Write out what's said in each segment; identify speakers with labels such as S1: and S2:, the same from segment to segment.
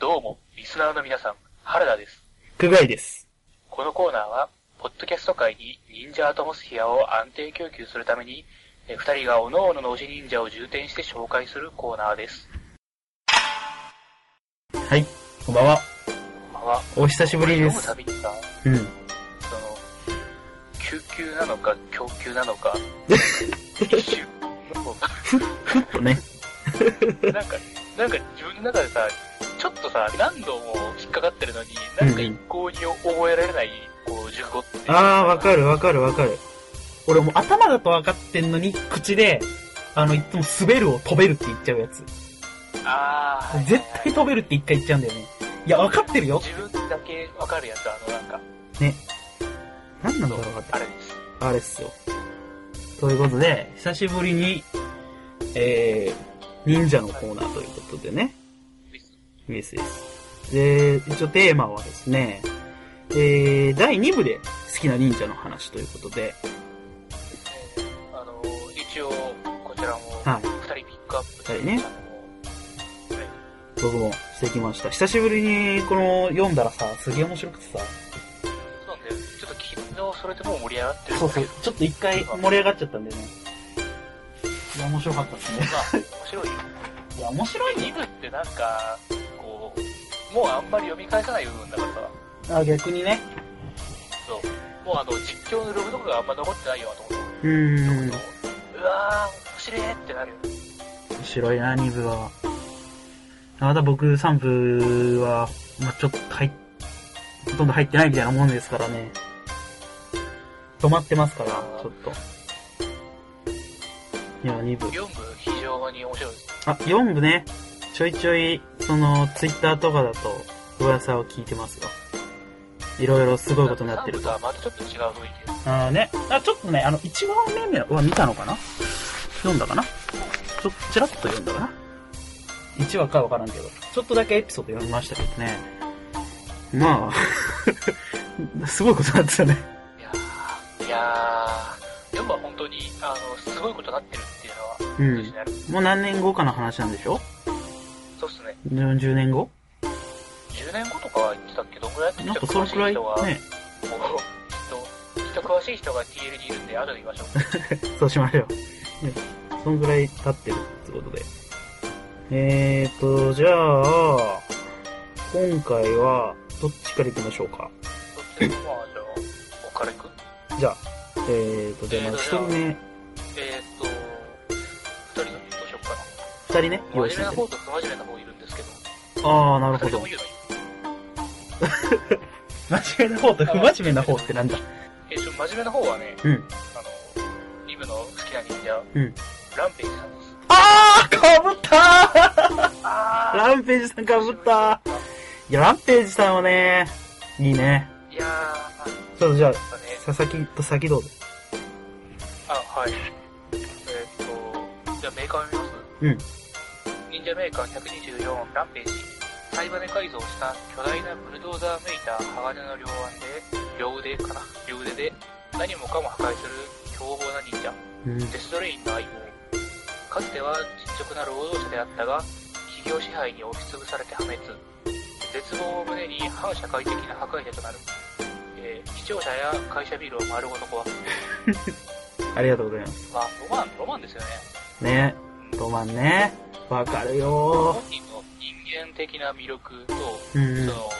S1: どうも、リスナーの皆さん、原田です。
S2: 久我井です。
S1: このコーナーは、ポッドキャスト界に忍者アトモスフィアを安定供給するために、え二人が各々の推し忍者を重点して紹介するコーナーです。
S2: はい、こんばんは。
S1: まあ、
S2: お久しぶりで
S1: 読む
S2: す
S1: た。びにさ、
S2: うん。
S1: その、救急なのか、供給なの か、一瞬なのか
S2: ふっとね。
S1: なんか、なんか自分の中でさ、ちょっとさ、何度も引っかかってるのに、なんか一向に覚えられない、こう、熟語っていうの
S2: あー、わかるわかるわかる。俺もう頭だとわかってんのに、口で、あの、いつも滑るを飛べるって言っちゃうやつ。
S1: あー、
S2: 絶対飛べるって一回言っちゃうんだよね。いや、わかってるよ。
S1: 自分だけわかるやつ、あの、なんか、
S2: なんなん
S1: そう
S2: だろうって
S1: あれです。
S2: あれっすよ。ということで、久しぶりに、えー、忍者のコーナーということでね。イエスです。で、一応テーマはですね、えー、第2部で好きな忍者の話ということで、
S1: えーあの、一応、こちらも、
S2: はい
S1: 二人ピックアップ
S2: 二人ね
S1: あのはい
S2: 僕もしてきました。久しぶりにこの読んだらさ、すげえ面白くてさ、
S1: そうなんだよ。ちょっと昨日、それでもう盛り上がってるん
S2: そう
S1: だけ
S2: そ
S1: ど
S2: う、ちょっと一回盛り上がっちゃったんでね。いや、面白かったですね。
S1: まあ、面白い。
S2: いや、面白いね。
S1: 2部ってなんか、こう、もうあんまり読み返さない部分だからさ、
S2: あ、逆にね。
S1: もうあの、実況のログとかがあんま残ってないよなと思って。
S2: うーん。面
S1: うわー、面白いってなるよ。
S2: 白いな、2部は。まだ僕3部は、まあちょっと入っ、ほとんど入ってないみたいなもんですからね。止まってますから、ちょっと。いや、2部。
S1: 4部、非常に面白いです。
S2: あ、4部ね、ちょいちょい、その、ツイッターとかだと、噂を聞いてますが。いろいろすごいことになって
S1: 3
S2: る
S1: 部
S2: と。
S1: と
S2: あ
S1: はまたちょっと違う雰囲気です。
S2: ーね。あ、ちょっとね、あの、一番目は見たのかな読んだかなちょ、ちらっと読んだかな一話かわからんけど。ちょっとだけエピソード読みましたけどね。まあ、 すごいことになってたね。
S1: いやー、いやー、4部は本当に、あの、すごいことになってるっていうのは、
S2: う。
S1: うんん、
S2: もう何年後かの話なんでしょ
S1: そうっすね。
S2: ?40 年後
S1: 10年後とかは言ってたけど、ぐらいの
S2: なん
S1: 人
S2: かその
S1: 詳
S2: くら
S1: しい
S2: い
S1: 人は、
S2: ね、
S1: もうきっと、きっと詳しい人が TL にいるんで、後で言いましょう。
S2: そうしましょう。ねそんぐらい経ってるってことで。えーと、じゃあ、今回は、どっちから行きましょうか。
S1: そっちの方は、じゃあ、ここから行く
S2: じゃあ、えーと、じゃあ、まず一人目、
S1: えーっと、二人のどうしようかな。
S2: 二人ね、
S1: 真
S2: 用意し
S1: 面目
S2: て
S1: な
S2: て。
S1: 方と不真面目な方いるんですけど、
S2: あー、なる
S1: 二
S2: ほ
S1: 人とも
S2: ど。
S1: 言うのいい。
S2: 真面目な方と
S1: 不真面目な方
S2: ってなんだ
S1: えー、ちょ真面目な方はね、
S2: うん。
S1: あの、リブの好きな忍者、
S2: うん。
S1: ランページさんです。
S2: あー、かぶったー
S1: あ
S2: ランページさんかぶったーいや、ランページさんはね、いいね。
S1: いやー、あや
S2: ちょっとじゃあ、
S1: っぱね、
S2: 佐々木と先どうぞ。
S1: あ、はい。えーっと、じゃあメーカー見ます
S2: うん。
S1: 忍者メーカー124ランページ。サイバネ改造した巨大なブルドーザーめいた鋼の両腕で、両腕かな両腕で何もかも破壊する凶暴な忍者。
S2: うん。
S1: デストレインの相棒かつては実直な労働者であったが企業支配に押しつぶされて破滅絶望を胸に反社会的な破壊者となる、えー視聴者や会社ビルを丸ごと壊す
S2: ありがとうございます。
S1: まあロマンロマンですよね
S2: ね、ロマンね。わかるよー
S1: 本。人の人間的な魅力と、
S2: うんうん
S1: その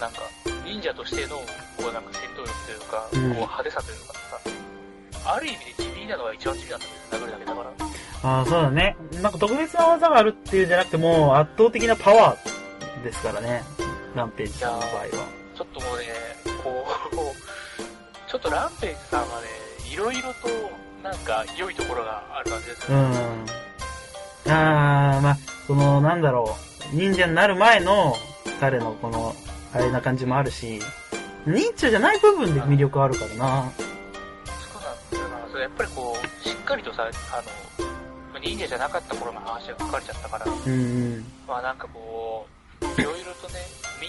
S1: なんか忍者としてのこうなんか戦闘力というか、
S2: うん
S1: こう派手さというかさある意味で地味なのが一番地味なんだけど殴るだけだから
S2: ああ、そうだね。なんか特別な技があるっていうんじゃなくて、もう圧倒的なパワーですからね。ランページさんの場合は。
S1: ちょっともうね、こう、 ちょっとランページさんはね、いろいろと、なんか、良いところがある感じです
S2: う
S1: よね。
S2: ん。ああ、まあ、その、なんだろう。忍者になる前の彼のこの、あれな感じもあるし、忍者じゃない部分で魅力あるからな。
S1: そうなんですよな。それやっぱりこう、しっかりとさ、あの、まあ忍者じゃなかった頃の話が書かれちゃったから、
S2: うんうん。
S1: まあなんかこう、いろいろとね、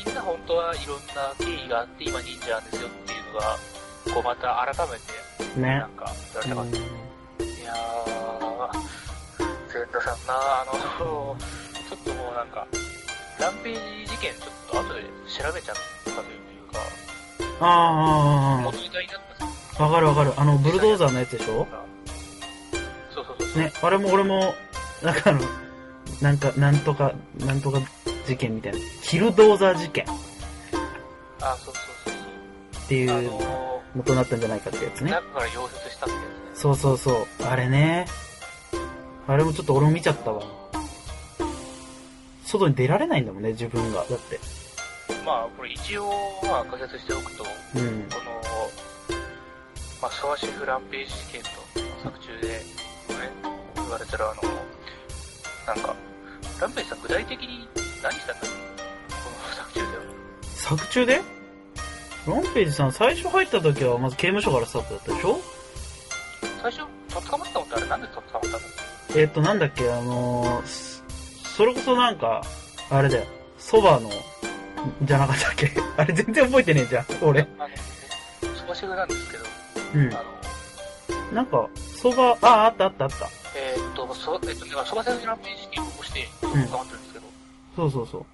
S1: みんな本当はいろんな経緯があって、今忍者なんですよっていうのが、こうまた改めて、
S2: ね
S1: な。んか、言われ
S2: う
S1: たかった
S2: ん
S1: いやー、千田さんな、あの、ちょっともうなんか、ランページ事件ちょっと後で調べちゃったというか、
S2: あーあーあ
S1: 元ネタになったんです
S2: ー、わかるわかる。あの、ブルドーザーのやつでしょ
S1: が、そうそうそうそう、
S2: ね、あれも俺も、なんかあの、なんか、なんとか、なんとか事件みたいな。キルドーザー事件
S1: あ、そうそうそう
S2: ってい
S1: そう、あ
S2: う
S1: の
S2: 元になったんじゃないかってやつ
S1: ー、
S2: ね。
S1: 中から溶接したってやつね。
S2: そうそうそう。あれね。あれもちょっと俺も見ちゃったわ。外に出られないんだもんね、自分が。だって。
S1: まあ、これ一応、まあ、解説しておくと、こ
S2: うん。
S1: の、まあ、ソワシフランページ事件と作中で、ね、言われたら、あの、なんか、ランページさん具体的に何したんだろうこの作中では。
S2: 作中でロンページさん、最初入った時はまず刑務所からスタートだったでしょ
S1: 最初、とっ捕まったのってあれなんでとっ捕まったの
S2: えっ、と、なんだっけ、あのーすそれこそなんか、あれだよ、そばの、じゃなかったっけ あれ全然覚えてねえじゃん、俺。
S1: あの、ソワシフなんですけど、
S2: うん
S1: あ。の、
S2: なんか、そば、あ、あったあったあった。
S1: えーっと、そ、えっと、だからソワシフランページ事件を起こして、とっ捕まってるんですけど、
S2: そうそうそう。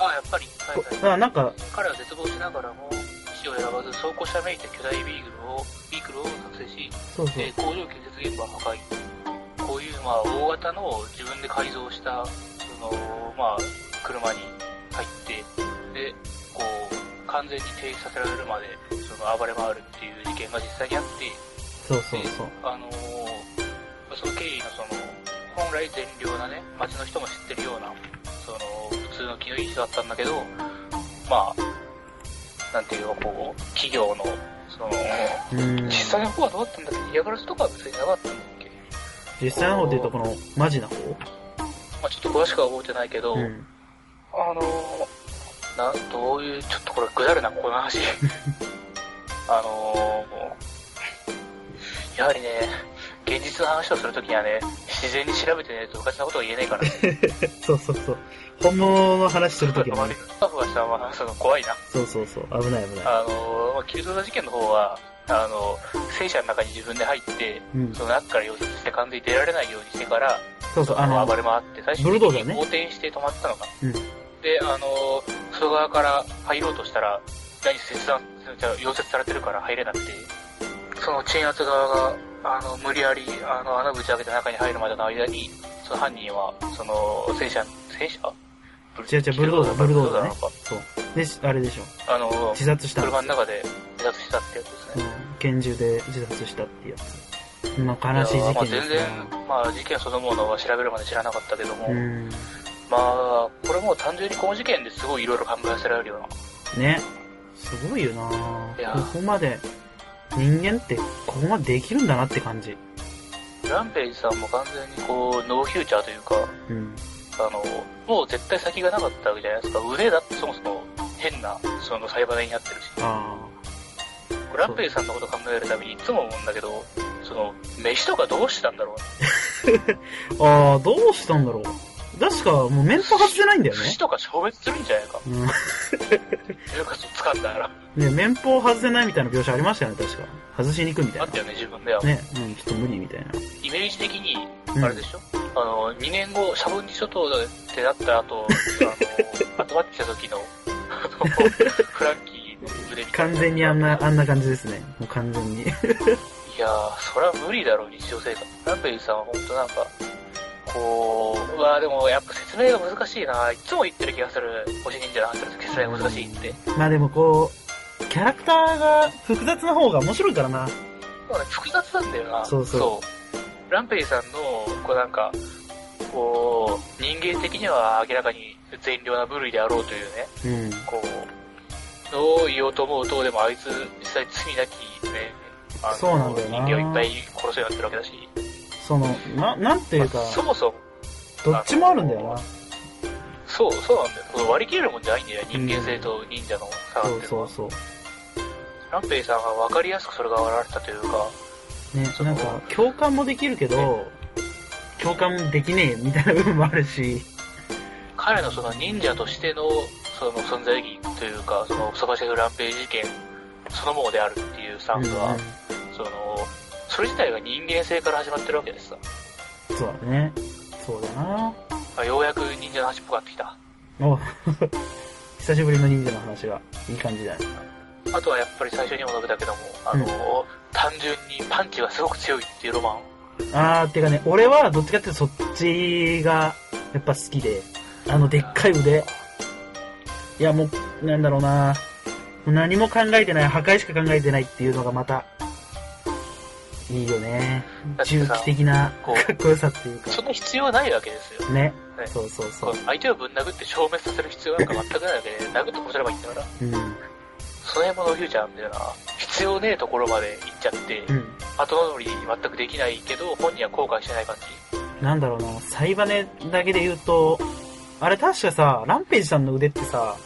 S1: ああ、やっぱり、はい
S2: こ
S1: はい
S2: だからなんか、
S1: 彼は絶望しながらも死を選ばず走行車めいた巨大ビーグルをビークルを作成し、
S2: そうそう
S1: えー。工場建設現場を破壊こういう、まあ、大型のを自分で改造したその、まあ、車に入ってでこう完全に停止させられるまでその暴れ回るっていう事件が実際にあって
S2: そうそうそう。
S1: あのーその経緯のその本来善良なね町の人も知ってるようなその普通の気のいい人だったんだけどまあなんていうかこう企業のその
S2: うーん
S1: 実。際の方はどうだったんだっけ嫌がらせとかは別になかったんだっけ、
S2: 実際の方っていうとこの、マジな方
S1: まあ、ちょっと詳しくは覚えてないけど、
S2: うん。
S1: あのーなどういうちょっとこれぐだるなこの 話あのーやはりね現実の話をするときにはね自然に調べてねと昔のことは言えないから、 ね、
S2: そうそうそう。本物の話するときはね、
S1: スタッフがしたらまあその怖いな
S2: そうそうそう。危ない危ない。
S1: あのーまあ急増な事件の方はあの戦車の中に自分で入って
S2: うん。
S1: その中から溶接して完全に出られないようにしてから
S2: そうそう、あの
S1: 暴、れ回って最
S2: ブ
S1: 終
S2: ルドーザー
S1: 的
S2: ね
S1: に横転して止まってたのか
S2: うん
S1: であの外側から入ろうとしたら何切断じゃあ溶接されてるから入れなくてその鎮圧側があの無理やりあの穴ぶち開けて中に入るまでの間にその犯人はその戦車戦車
S2: 違う違うブルドーザーブルドーザーね
S1: なのか
S2: そう。で、しあれでしょ。
S1: あの
S2: 自殺したんで
S1: 車
S2: すよ
S1: の中で自殺したってやつです
S2: う
S1: ね
S2: ん拳銃で自殺したってやつ。まあ、悲しい事
S1: まあ
S2: 件で
S1: 全
S2: すね。
S1: 然、まあ、事件そのものは調べるまで知らなかったけども、
S2: うん。
S1: まあ、これもう単純にこの事件ですごいいろいろ考えさせられるような
S2: ね。すごいよない
S1: や
S2: ここまで、人間ってここまでできるんだなって感じ。
S1: ランページさんも完全にこう、ノーフューチャーというか、
S2: うん。
S1: あの、もう絶対先がなかったわけじゃないですか。腕だってそもそも変な、その、裁判になってるし。
S2: あ
S1: ランページさんのこと考えるためにいつも思うんだけど、その、飯とかどうしてたんだろう
S2: あ。ああ、どうしたんだろう。確か、もうメント外せないんだよね
S1: 飯。とか消滅するんじゃないか。
S2: うん
S1: 生活を掴んだら。
S2: ね、面包外せないみたいな描写ありましたよね、確か。外しに行くみた
S1: あ
S2: い
S1: ったよね、自分では。
S2: な。ね、うん、ちょっと無理みたいな。
S1: イメージ的に、
S2: うん
S1: あれでしょ、あの、2年後、シャボンディ諸島ってなった後、あ の、集まってきた時の、あの、フランキーの腕みたいな
S2: 完全にあんな、あんな感じですね。もう完全に。
S1: いやー、それは無理だろう、日常生活。ランペイさんは本当なんか、こう、うわーでもやっぱ説明が難しいな。いつも言ってる気がする。おし忍者の話する説明が難しいって。
S2: まあでもこう、キャラクターが複雑な方が面白いからな。
S1: そうね、複雑なんだよな。
S2: そうそう
S1: うランペイさんの、こうなんか、こう、人間的には明らかに善良な部類であろうというね、
S2: うん。
S1: こう、どう言おうと思うと、でもあいつ、実際罪なきね、あの
S2: そうなんだよな
S1: 人間をいっぱい殺すようになってるわけだし。
S2: その、な、なんていうか
S1: まあ、そもそも、
S2: どっちもあるんだよな。
S1: そう、そうなんだよ。その割り切れるもんじゃないんだよ。人間性と忍者の差ってい
S2: そうう
S1: の
S2: そう
S1: は。
S2: そう。
S1: ランペイさんが分かりやすくそれが現れたというか、
S2: ね、
S1: そう
S2: なんか、共感もできるけど、共感もできねえみたいな部分もあるし、
S1: 彼のその忍者としてのその存在意義というか、そのソバシェフランペイ事件そのものであるっていうスタンスは、
S2: う
S1: その、それ自体が人間性から始まってるわけですさ。
S2: んそうだね。そうだな。
S1: あようやく忍者の話っぽくなってきた。
S2: お 久しぶりの忍者の話がいい感じだね。
S1: あとはやっぱり最初にも述べたけども、あの、単純にパンチがすごく強いっていうロマン。
S2: あー、てかね、俺はどっちかっていうとそっちがやっぱ好きで、あのでっかい腕。いやもう、なんだろうなもう何も考えてない、破壊しか考えてないっていうのがまた、いいよね。
S1: だって
S2: 重
S1: さ
S2: 機的な
S1: こ
S2: かっこよさっていう か。
S1: そんな必要ないわけですよ。
S2: ね
S1: ね。
S2: そうそうそ
S1: こう
S2: う。
S1: 相手をぶん殴って消滅させる必要なんか全くないわけで、殴ってこすればいいんだから、
S2: うん。
S1: その辺ものフューチャーなんだよな。必要ねえところまで行っちゃって、
S2: うん。
S1: 後乗り全くできないけど、本人は後悔してない感じ。
S2: なんだろうな、サイバネだけで言うと、あれ確かさ、ランページさんの腕ってさ、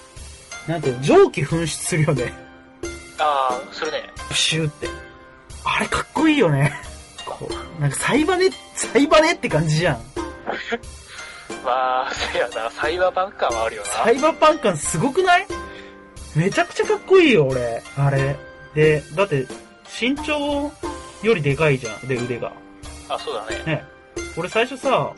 S2: なんていうの、蒸気噴出するよね。
S1: ああ、それね。
S2: プシューって。あれかっこいいよね。こう、なんかサイバネ、サイバネって感じじゃん。
S1: まあ、せやな、サイバーバンカーはあるよな。
S2: サイバーパン感すごくないめちゃくちゃかっこいいよ、俺。あれ。で、だって、身長よりでかいじゃん、で、腕が。
S1: あ、そうだね。
S2: ね。俺最初さ、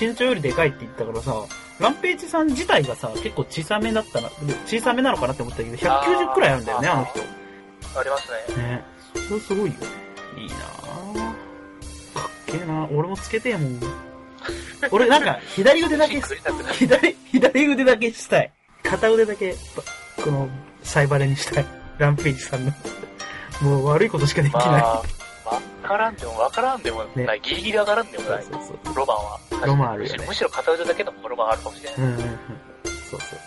S2: 身長よりでかいって言ったからさ、ランページさん自体がさ、結構小さめだったな、で小さめなのかなって思ったけど、190くらいあるんだよね、
S1: あ
S2: あ
S1: ー
S2: の人。
S1: ありますね。
S2: ね。それすごいよ。いいなぁ。かっけえな俺もつけてえもん。俺なんか、左腕だけ、
S1: くれたくない。
S2: 左、左腕だけしたい。片腕だけ、ばこの、サイバレにしたい。ランページさんの。もう悪いことしかでき
S1: ま
S2: ない。
S1: あ、わからんでもわからんでもない。ギリギリわからんでも
S2: そ
S1: な
S2: う
S1: い。
S2: そうそう。
S1: ロマンは。
S2: ロマンあるよね
S1: むしろむしろ片腕だけのロマンあるかもしれない。
S2: うんうんうん。そうそう。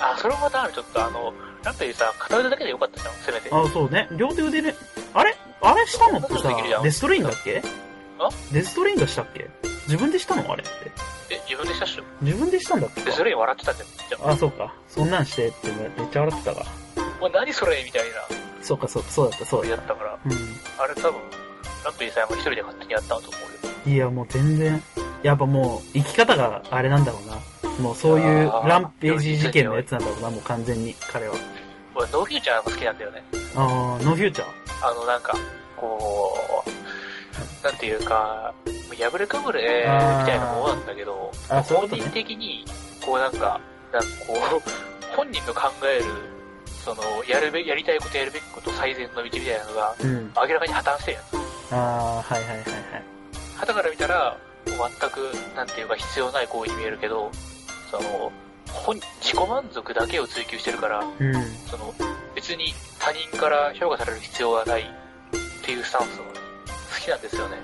S1: あ、それもまたある。ちょっとあの、なんていうさ、片腕だけでよかったじゃん、せめて。
S2: あ、そうね。両手腕で、あれあれしたのって
S1: そうできるじゃ
S2: さ、
S1: ん
S2: デストレインだっけ
S1: あ
S2: デストレインがしたっけ自分でしたのあれって。
S1: え、自分でしたっしょ。
S2: 自分でしたんだっけ
S1: で、それ笑ってたじゃん。じゃ
S2: あ、そうか。そんなんしてってめっちゃ笑ってたわ。
S1: あ、お前何それみたいな、
S2: そうか、そうか、そうだった、そう
S1: 俺
S2: だ
S1: や
S2: っ
S1: ったから。
S2: た。
S1: あれ多分、ランプリーさんも一人で勝手にやったと思うよ。
S2: うん。いや、もう全然、やっぱもう、生き方があれなんだろうな。もうそういうランページ事件のやつなんだろうな、もう完全に、彼は。
S1: 俺、ノーフューチャーが好きなんだよね。
S2: あー、ノーフューチャー。
S1: あの、なんか、こう、なんていうか、破れかぶれみたいなものなんだけど、
S2: あーそうい
S1: 本
S2: うことね
S1: 人的に、こうなんか、なんかこう、本人の考える、その、やるべ、やりたいことやるべきこと最善の道みたいなのが、
S2: うん。
S1: 明らかに破綻してるやつ。
S2: あー、はいはいはいはい。
S1: 旗から見たら、もう全く、なんていうか、必要ない行為に見えるけど、その、本、自己満足だけを追求してるから、
S2: うん。
S1: その、別に他人から評価される必要はないっていうスタンスを好きなんですよね。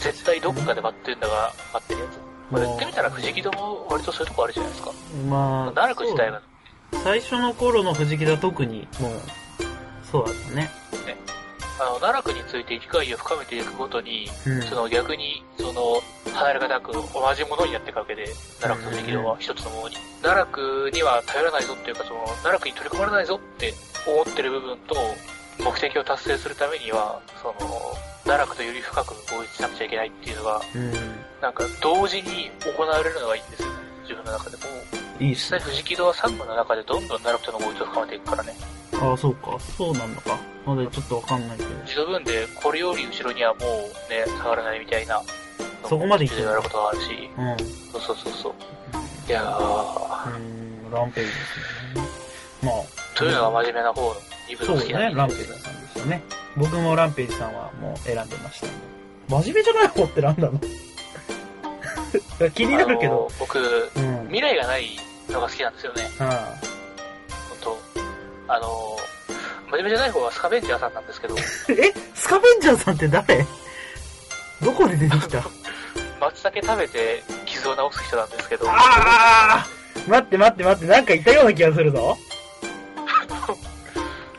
S1: 絶対どっかで待ってるんだが、待ってるやつ。まあ、言ってみたら藤木戸も割とそういうとこあるじゃないですか。
S2: まあ、
S1: ナルク自体が、
S2: 最初の頃の藤木田特にもうそうだったね
S1: あの、奈落について理解を深めていくごとに、
S2: うん
S1: その逆に、その、離れがなく同じものになっていくわけで、奈落と適度は一つのものに。奈落には頼らないぞっていうか、その、奈落に取り込まれないぞって思ってる部分と、目的を達成するためには、その、奈落とより深く合一しなくちゃいけないっていうのが、
S2: うん
S1: なんか同時に行われるのがいいんですよね。自分の中でも。
S2: いいっ
S1: 実
S2: す
S1: 際
S2: ね
S1: 藤木戸はサンゴの中でどんどん奈落との合一を深めていくからね。
S2: ああそうかそうなんだかまだちょっとわかんないけど
S1: 自動分でこれより後ろにはもうね、下がらないみたいな。
S2: そこま
S1: 行
S2: で行っ
S1: ってて
S2: る
S1: やることがあるし。
S2: うんう
S1: そうそうそうそう。いやー、
S2: ーんランページですねまあ
S1: というのが真面目な方の二部
S2: そ
S1: の
S2: う
S1: 好
S2: です
S1: き
S2: ね
S1: な
S2: ランページさんでしたね僕もランページさんはもう選んでましたんで真面目じゃない方ってなんだろう 気になるけど、
S1: あの僕、
S2: うん
S1: 未来がないのが好きなんですよね、
S2: あ
S1: 本当あの、真面目じゃない方はスカベンジャーさんなんです けど、
S2: ーえスカベンジャーさんって誰どこで出てきた
S1: 松茸食べて傷を治す人なんですけど、
S2: ああ待って待って待って、なんかいたような気がするぞ。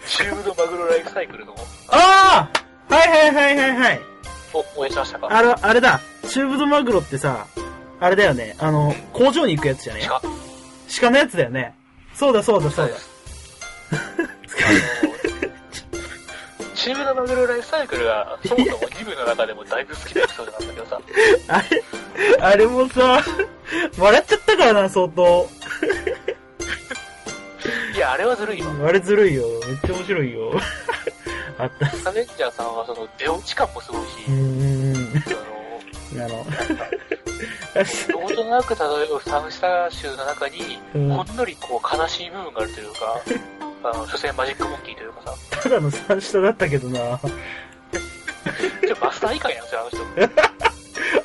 S1: チューブドマグロライフサイクルの、
S2: ああはいはいはいはいはい。
S1: お、応援しましたか
S2: あれ、あれだ、チューブドマグロってさ、あれだよね、あの、工場に行くやつじゃねえ
S1: 鹿、
S2: 鹿のやつだよね。そうだそうだそ
S1: そう
S2: う
S1: で
S2: だ。
S1: す。あの、 チューブドマグロライフサイクルが、そもそも2部の中でもだいぶ好きなエピソードなんだけどさ、
S2: あれ、 あれもさ、笑っちゃったからな、相当。
S1: いや、あれはずるいわ。
S2: あれずるいよ。めっちゃ面白いよ。 あった。
S1: スカベンジャーさんはその出落ち感もすごいし
S2: う、ーん。
S1: あ の、
S2: あの、
S1: なんか、同情となく漂うサムシタ州の中に、
S2: うん
S1: ほんのりこう悲しい部分があるというか、あの、所詮マジックモンキーというかさ、
S2: ただの三下だったけどな。
S1: ちょ、マスター以下なんですよ、あの人。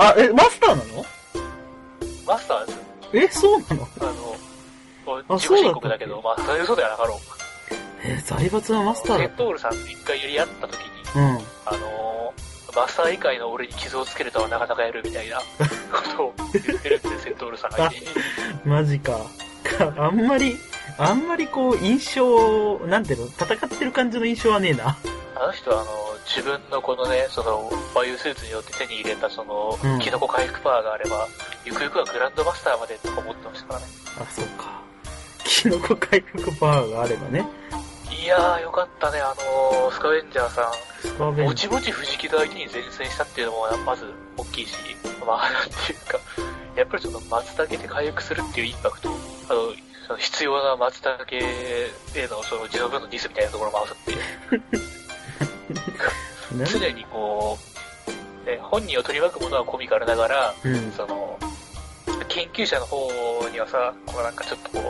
S2: あ、え、マスターなの
S1: マスターですよ。
S2: え、そうなの
S1: あの、こう
S2: あ
S1: 自己申
S2: そうだったっけ
S1: 告だけど、まあ、それ嘘ではなかろう。
S2: え、財閥はマスター
S1: セ
S2: だ
S1: ッ
S2: った。
S1: トールさんと一回やり合った時に、
S2: うん。
S1: あのー、マスター以外の俺に傷をつけるとはなかなかやるみた いなことを言ってるんで、セットールさんがいて。
S2: マジか。 かあんまり、あんまりこう、印象、なんていうの、戦ってる感じの印象はねえな。
S1: あの人はあの自分のこのね、その、バイオスーツによって手に入れたその、
S2: うん
S1: キノコ回復パワーがあれば、ゆくゆくはグランドマスターまでとか思ってましたからね。
S2: あ、そうか。 キノコ回復パワーがあればね。
S1: いやーよかったね、あのー、スカベンジャーさ
S2: スカ
S1: ん、
S2: ベ
S1: も
S2: ン
S1: ちもち藤木と相手に前線したっていうのもまず大きいし、まあなんていうか、やっぱりその松茸で回復するっていうインパクト、あの、その必要な松茸へのその自動分のディスみたいなところも合わさって、
S2: ね。
S1: 常にこう、ね、本人を取り巻くものはコミカルながら、
S2: うん。
S1: その、研究者の方にはさ、こうなんかちょっとこう、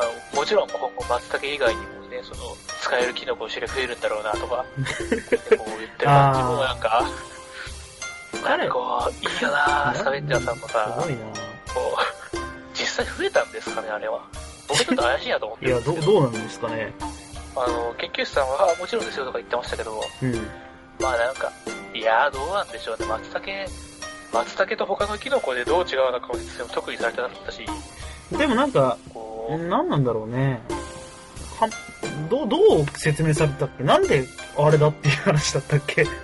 S1: あの、もちろん今後松茸以外にもね、その、使えるキノコを知れ増えるんだろうなとか、こう言ってる感じもなんか、
S2: 誰
S1: こう、いいよなぁ、スカベンジャーさんもさ
S2: す、ごいな
S1: こう、実際増えたんですかね、あれは。僕ちょっと怪しいなと思って
S2: い
S1: るん
S2: や、
S1: です
S2: ど
S1: け
S2: う、
S1: ど、
S2: どうなんですかね。
S1: あの、研究者さんは、あもちろんですよとか言ってましたけど、
S2: うん。
S1: まあなんか、いやーどうなんでしょうね、松茸、松茸と他のキノコでどう違うのかも説明も特にされてなかったし、
S2: でもなんか、
S1: こう、
S2: 何なんだろうね。かどう、どう説明されたっけなんであれだっていう話だったっけ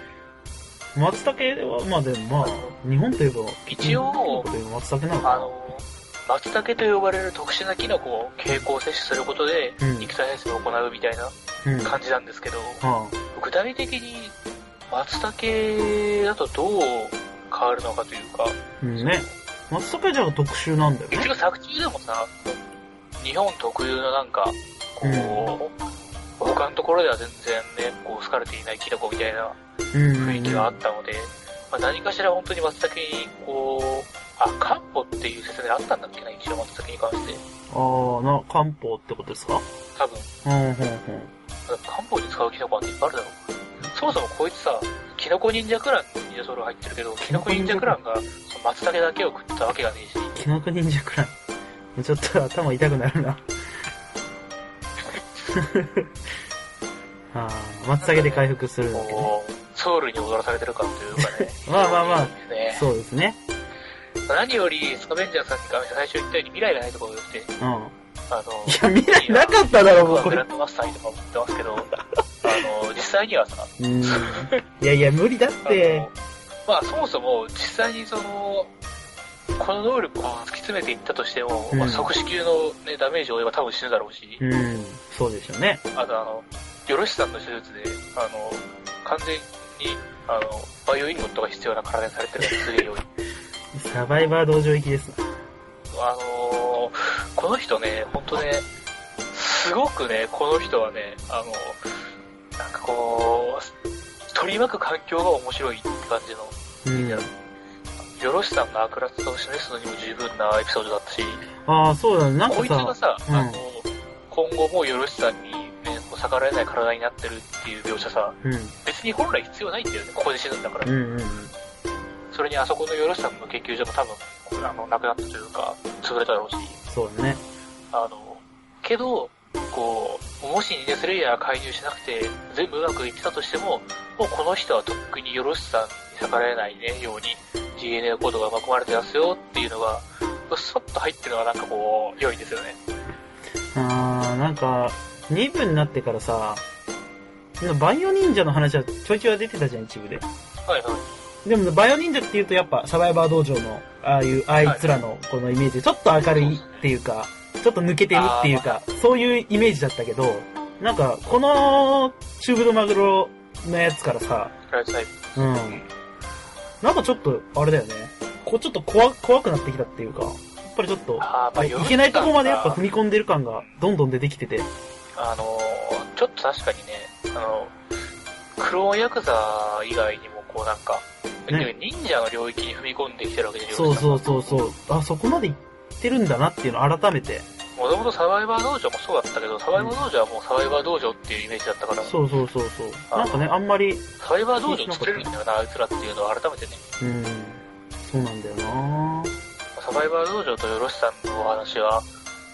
S2: 松茸は、まあでもまあ、日本といえば、
S1: 一応
S2: 日本といえば松茸なの
S1: あ
S2: か
S1: の、松茸と呼ばれる特殊なキノコを経口摂取することで、
S2: なうん。
S1: 肉体変性を行うみたいな
S2: うん。は
S1: 感じなんですけど、
S2: あ、
S1: 具体的に松茸だとどう変わるのかというか、
S2: うんね。松茸じゃ特殊なんだよね
S1: 一。応作中でもさ、日本特有のなんか、こう、他のところでは全然ね、こう好かれていないキノコみたいな
S2: うん。
S1: 雰囲気があったので、まあ、何かしら本当に松茸にこう、あ、漢方っていう説明あったんだっけな、一応松茸に関して。
S2: ああ、な、漢方ってことですか
S1: 多分、
S2: うん、うん、うん。
S1: 漢方に使うキノコなんていっぱいあるだろう。そもそもこいつさ、キノコ忍者クランにそれ入ってるけど、キノコ忍者クランがその松茸だけを食ったわけがねえし、
S2: キノコ忍者くらい。ちょっと頭痛くなるな。 ああ、松茸で回復するんだけどね。。
S1: こう、ソウルに踊らされてる感というかね
S2: まあまあまあ
S1: 非常にいいですね
S2: そうですね。
S1: 何より、スカベンジャーさんに関して最初言ったように未来がないところが良くて、
S2: うん。い
S1: あ
S2: や、
S1: の、
S2: 未来なかっただろ、
S1: 僕は
S2: こ
S1: グ
S2: れ
S1: ラ。ンドマスターにとか思ってますけど、あの、実際にはさ、
S2: うん。いやいや、無理だっ
S1: あ
S2: て
S1: の。、まあそもそも実際にその、この能力を突き詰めていったとしても、
S2: うん
S1: まあ、即死級の、ね、ダメージを負えば多分死ぬだろうし、
S2: うん。そうでしょうね。
S1: あとあの、よろしさんの手術で、あの、完全に、あの、バイオインゴットが必要な体にされてるのがすげえよい。
S2: サバイバー道場行きですな。
S1: あのーこの人ね、ほんとね、すごくね、この人はね、あのなんかこう、取り巻く環境が面白いって感じの、
S2: うん。
S1: よろしさんの悪辣さを示すのにも十分なエピソードだったし、
S2: ああ、そうだね。なん
S1: こいつ
S2: か
S1: が
S2: さ、
S1: さ、
S2: うん
S1: あの今後もよろしさんに、ね、こう逆らえない体になってるっていう描写さ、
S2: うん。
S1: 別に本来必要ないんだよね、ここで死ぬんだから。
S2: うんうん
S1: それにあそこのよろしさんの研究所も多分、あの、なくなったというか、潰れただろうし、
S2: そうだね。
S1: あの、けど、こう、もしネスレイヤーが介入しなくて、全部うまくいってたとしても、もうこの人はとっくによろしさに逆らえないね、ように DNA コードが巻き込まれてますよっていうのが、そっと入ってるのがなんかこう、良いですよね。
S2: あー、なんか、2部になってからさ、バイオ忍者の話はちょいちょい出てたじゃん、一部で。
S1: はいはい。
S2: でも、バイオ忍者って言うとやっぱサバイバー道場の、ああいう、あいつらのこのイメージ、ちょっと明るいっていうか、ちょっと抜けてるっていうか、そういうイメージだったけど、なんか、この、チューブドマグロのやつからさ、
S1: クライサイ
S2: うん。なんかちょっと、あれだよね。こうちょっと怖、怖くなってきたっていうか、やっぱりちょっと、
S1: あーまあ
S2: いけないとこまでやっぱ踏み込んでる感がどんどん出てきてて。
S1: あのーちょっと確かにね、あの、クローンヤクザ以外にもこうなんか、
S2: ね
S1: 忍者の領域に踏み込んできてるわけですよ。
S2: そうそうそうそう。あ、そこまで行ってるんだなっていうのを改めて。
S1: もともとサバイバー道場もそうだったけど、サバイバー道場はもうサバイバー道場っていうイメージだったから、サ
S2: そうそうそうそう。なんかね、あんまり、
S1: バイバー道場作れるんだよな、あいつらっていうのを改めてね、
S2: うん、そうなんだよな
S1: サバイバー道場とよろしさんのお話は、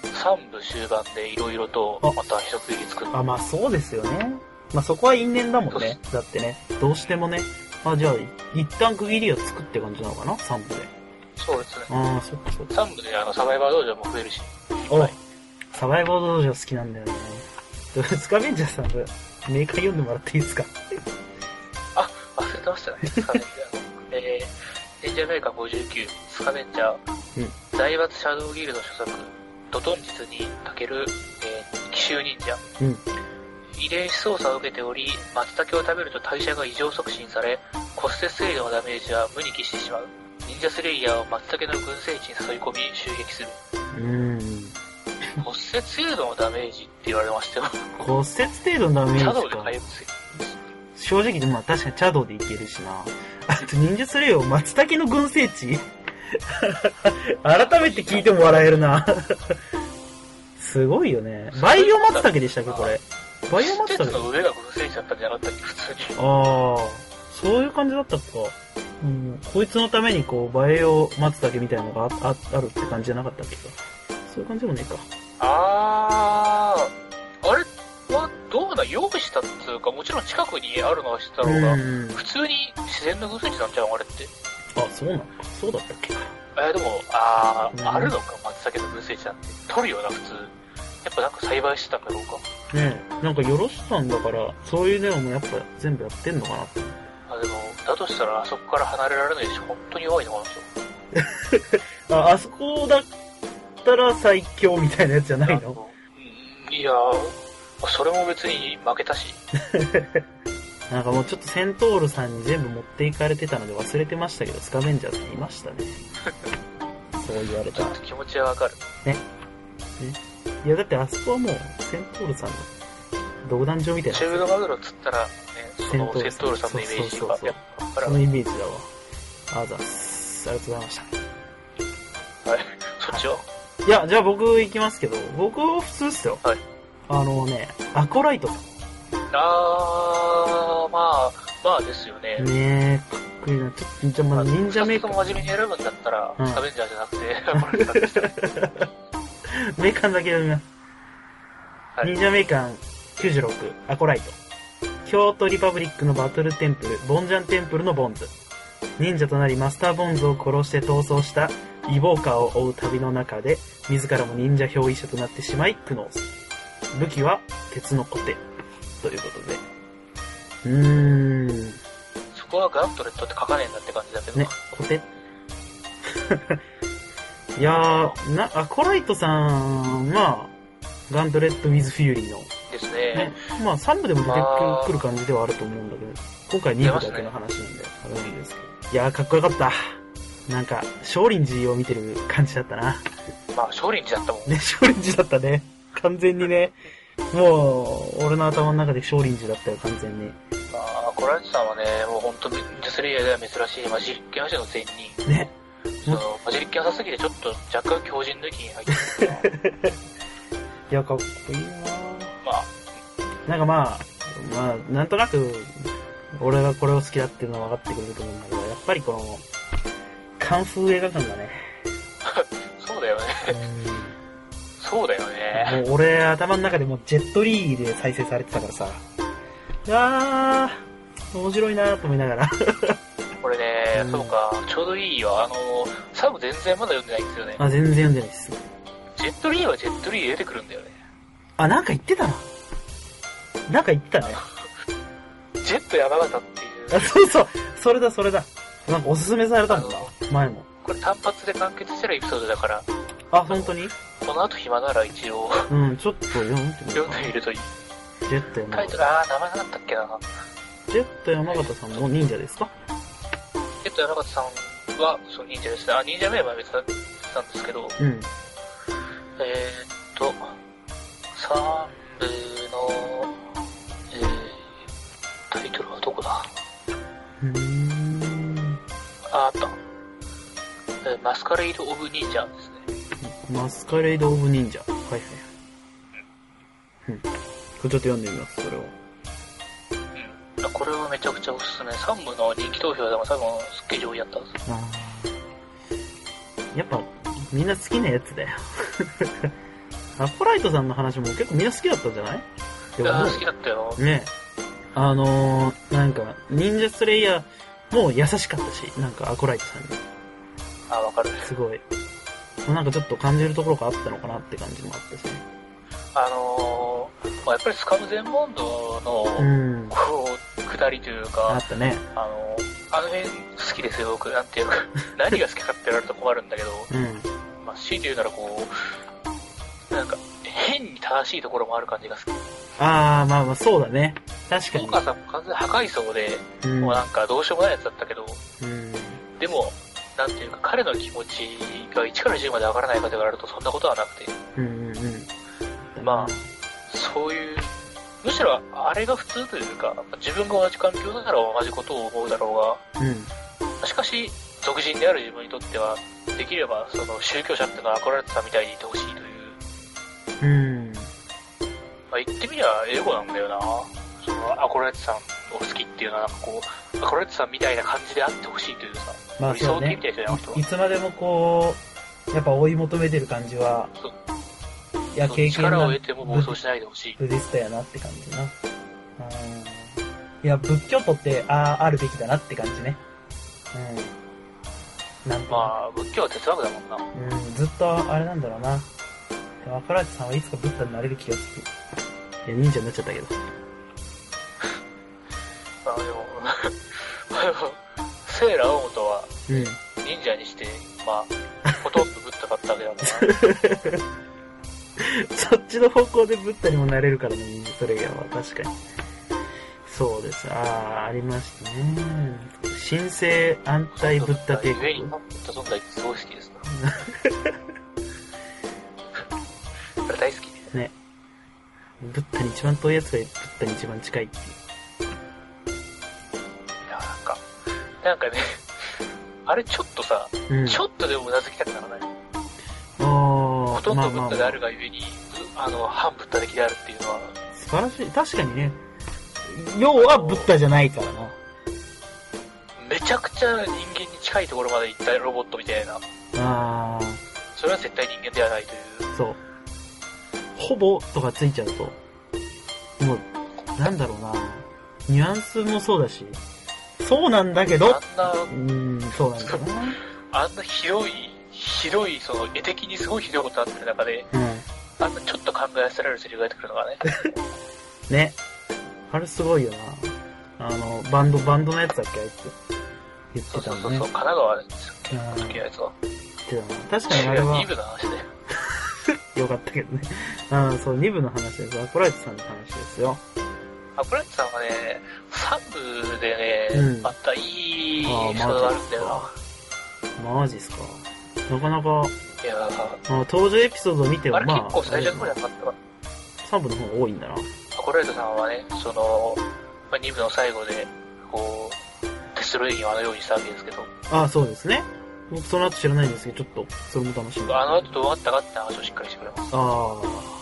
S1: 3部終盤でいろいろと
S2: あ
S1: また一区切り作る。
S2: あ、まあそうですよね。まあそこは因縁だもんね。だってね、どうしてもね。まあじゃあ、一旦区切りを作って感じなのかな散歩で。
S1: そうですね。
S2: ああ、そっかそっか。
S1: 3部であのサバイバー道場も増えるし、
S2: おサバイバー道場好きなんだよね。 スカベンジャーさん、これメーカー読んでもらっていいですか
S1: 忘れてましたね、スカベンジャー。えー、レンジャーメーカー59、スカベンジャー、
S2: うん
S1: 財閥シャドウギルド所属、ドトン術にかける、えー、奇襲忍者。
S2: うん。
S1: 遺伝子操作を受けており、松茸を食べると代謝が異常促進され、骨折性のダメージは無に帰してしまう。忍者スレイヤーを松茸の群生地に誘い込み襲撃する。
S2: うん。
S1: 骨折性度のダメージって言われましても、
S2: 骨折程度のダメ
S1: シャ
S2: ー
S1: ド
S2: ジ
S1: ウで
S2: か
S1: 回。復する。
S2: 正直、まあ確かにチャドでいけるしな。あと、忍術レイを松茸の群生 地改めて聞いても笑えるな。すごいよね。バイオ松茸でしたっけ、これ。バイオ松
S1: 鉄
S2: 茸
S1: の上が群生地だったんじゃなかったっけ、普通に。
S2: ああ、そういう感じだったっか。うん、こいつのためにこう、バイオ松茸みたいなのがあああるって感じじゃなかったっけか。そういう感じでもねえか。
S1: あー、あれはどうなん用意したっつうか、もちろん近くにあるのは知ってたろうが、
S2: うん。
S1: 普通に自然の偶然地なんちゃうのあれって。
S2: あ、そうなのか。そうだったっけ
S1: えー、でも、あー、
S2: うん
S1: あるのか、松茸の偶然地なんて。取るよな、普通。やっぱなんか栽培してたんだろうか。
S2: ねえ。なんかよろしさんだから、そういうのもやっぱ全部やってんのかなって。
S1: あでも、だとしたらあそこから離れられないし、本当に弱いのかなと。
S2: あ、あそこだったら最強みたいなやつじゃない
S1: あ
S2: の
S1: のうん、いやー、それも別に負けたし。
S2: なんかもうちょっとセントールさんに全部持っていかれてたので忘れてましたけど、スカベンジャーさんいましたね。 そう言われ
S1: ち
S2: た
S1: ょ
S2: ら
S1: っと気持ちはわかる。
S2: いや、だってあそこはもう、セントールさんの独壇場みたいな
S1: チューブドマグロ釣ったら、ね、そのセントールさんのイメージがやっぱ
S2: そ
S1: ら
S2: の、イメージだわ。あざっす。ありがとうございました。
S1: そっちを
S2: いや、じゃあ僕行きますけど、僕は普通っすよ。
S1: はい
S2: あのね、アコライトさ
S1: あー、まあ、まあですよね
S2: ん。。ねえ、かっこいいな。ちょっと、じゃあまあ忍者メーカ
S1: も
S2: ー、
S1: 真面目に選ぶんだったら、
S2: うん
S1: スカベンジャーじゃなくて、 これ使ってきた
S2: メーカーだけ読みます。
S1: はい
S2: 忍者メーカー96、アコライト。京都リパブリックのバトルテンプル、ボンジャンテンプルのボンズ。忍者となりマスターボンズを殺して逃走したイボーカーを追う旅の中で、自らも忍者憑依者となってしまい苦悩する。武器は鉄のコテ。ということで。うーん。
S1: そこはガントレットって書かねえんだって感じだけど、
S2: ね、コテ。 いやー、な、アコライトさん、まあ、ガントレット・ウィズ・フューリーの
S1: です
S2: ね
S1: ね。、
S2: まあ3部でも出て
S1: まあ
S2: くる感じではあると思うんだけど、今回2部だけの話なんで、あれなんですけど。いやー、かっこよかった。なんか、少林寺を見てる感じだったな。
S1: まあ、少林寺だったもん。
S2: ね、少林寺だったね。完全にね。もう、俺の頭の中で少林寺だったよ、完全に。
S1: まあ、コランチさんはね、もう本当に、スリーでは珍しい、まあ、実験者の前任。
S2: ね。
S1: その、まあ、実験浅すぎてちょっと若干強靭の域に入ってるけ ど
S2: いや、かっこいいな
S1: まあ、
S2: なんかまあ、まあ、なんとなく、俺がこれを好きだっていうのは分かってくれると思うんだけど、やっぱりこの、カンフー映画館だね。
S1: そうだよね。
S2: うん
S1: そうだよね。
S2: もう俺、頭の中でもうジェットリーで再生されてたからさ。いやー、面白いなーと思いながら。
S1: これね、
S2: うん
S1: そうか、ちょうどいいよ。あの、サブ全然まだ読んでないんですよね。
S2: あ、全然読んでないっす。
S1: ジェットリーはジェットリーで出てくるんだよね。
S2: あ、なんか言ってたな。なんか言ってたね。
S1: ジェット山形ってい
S2: あ、
S1: う、
S2: そうそう。それだ、それだ。なんかおすすめされたんだ
S1: あ。
S2: 前も。
S1: これ単発で完結してるエピソードだから、
S2: あ、本当に
S1: この後暇なら一応
S2: うん、ちょっと読んでみよ
S1: 読
S2: うんかな
S1: でみるといい。
S2: ジェット山
S1: タイト
S2: 形。
S1: ル、あー、名前なかったっけな。
S2: ジェット山形さんも忍者ですか
S1: ジェット山形さんは、そう、忍者ですね。あ、忍者名は別だったんですけど、
S2: うん。
S1: えー、っと、3部の、えー、タイトルはどこだ
S2: うーん。
S1: カレイド・オブ・ニンジャですね。
S2: マスカレード・オブ・忍者。はいはい。うん。これちょっと読んでみます、それを。
S1: うん。これはめちゃくちゃおすすめ。3部の人気投票でも多分すっげえ上位やったんですよ。
S2: あーやっぱ、みんな好きなやつだよ。 アポライトさんの話も結構みんな好きだったんじゃないでも
S1: あー好きだったよ。
S2: ねあのー、なんか、忍者スレイヤーも優しかったし、なんかアコライトさんに。
S1: あーわかる。
S2: すごい。なんかちょっと感じるところがあったのかなって感じもあったしね。
S1: あのー、まあ、やっぱりスカム・ゼンモンド
S2: う
S1: の、
S2: ん。
S1: こう、下りという
S2: あ
S1: か、
S2: ったね。
S1: あのー、あの辺好きですよ、僕。なんて いうか、何が好きかって言われると困るんだけど、
S2: うん。
S1: まあ、強いて言うならこう、なんか、変に正しいところもある感じが好き。
S2: あー、まあまあ、そうだね。確か
S1: お母さんも完全に破壊層で、
S2: に。うん
S1: もうなんかどうしようもないやつだったけど、
S2: うん。
S1: でも、なんていうか、彼の気持ちが1から10まで上がらないかと言われるとそんなことはなくて、
S2: うんうんうん。
S1: まそういう、むしろあれが普通というか、自分が同じ環境だから同じことを思うだろ
S2: あ、うん。
S1: うが、しかし、俗人である自分にとっては、できればその宗教者っていうのは憧れてたみたいにいてほしいという、
S2: うん。
S1: まあ、言ってみりゃエゴなんだよな。その、アコレッツさんを好きっていうのはなんかこう、アコレッツさんみたいな感じであってほしいというさ、
S2: まあ
S1: 理
S2: そ
S1: 想
S2: う
S1: 的
S2: ね
S1: み。たいな人じゃなくて
S2: いつまでもこう、やっぱ追い求めてる感じは
S1: そう、
S2: いや、
S1: その
S2: 経験
S1: 力を
S2: な
S1: 得ても暴走しないでほしい。
S2: ブディストやなって感じな。うん。いや、仏教徒って、ああ、あるべきだなって感じね。うん。なんか、
S1: まあ、仏教は哲学だもんな。
S2: うん、ずっとあれなんだろうな。でも、アカラーチさんはいつかブッダになれる気がする。いや、忍者になっちゃったけど。
S1: まあでも、 セーラー大本は
S2: うん。
S1: 忍者にして、まあ、ほとんどぶったかったわけだ からな。
S2: そっちの方向でブッダにもなれるからね、忍者トレイヤーは。確かに。そうです。ああ、ありましたね。神聖安泰ブッダ帝
S1: ゆえに、
S2: 国
S1: ブ。ッダ存在ってすごい好きです な。これ大好き。
S2: ブッダに一番遠いやつがブッダに一番近いっていう。
S1: いや、なんか、なんかね、あれちょっとさ、
S2: うん。
S1: ちょっとでもうなずきたくならない。
S2: ほ
S1: ほとんどブッダであるがゆえに、あの、反ブッダ的であるっていうのは、
S2: 素晴らしい。確かにね。要はブッダじゃないから
S1: めちゃくちゃ人間に近いところまで行ったロボットみたいな、
S2: な。あ
S1: それは絶対人間ではないという
S2: あ、そう。ほぼとかついちゃうと、もう、なんだろうな。ニュアンスもそうだし、そうなんだけど、
S1: あんな
S2: うーん、そうなんだよな。
S1: あんな広い、広い、その、絵的にすごいひどいことあってる中で、
S2: う
S1: あんなちょっと考えさせられるセリフが出てくるのがね、
S2: ん。ね。あれすごいよな。あの、バンド、バンドのやつだっけあいつ。言っ
S1: そう
S2: てた
S1: そうそ
S2: の
S1: う、
S2: ね。
S1: そう神奈川です
S2: うん
S1: っけ、時のやつは。
S2: 言ってたな。確かにあれは
S1: 違う、2。部の話で。
S2: よかったけどね。ああ、そう、2部の話です。アプライトさんの話ですよ。
S1: アプライトさんはね、3部でね、
S2: うん
S1: またいいエ
S2: あー
S1: ピソードがあるんだよ
S2: マジっすか。なかなか、
S1: な。いやー
S2: あ登場エピソードを見て
S1: あ
S2: は、
S1: れ
S2: まあ、
S1: 結構最初の方じゃなかったかな。
S2: 3部の方が多いんだな。
S1: アコライトさんはね、その、まあ、2部の最後で、こう、テストロインをあのようにしたわけですけど、
S2: ああ、そうですね。僕その後知らないんですけど、ちょっと、それも楽しみ。
S1: あの後どうなったかって話をしっかりしてくれます。
S2: あー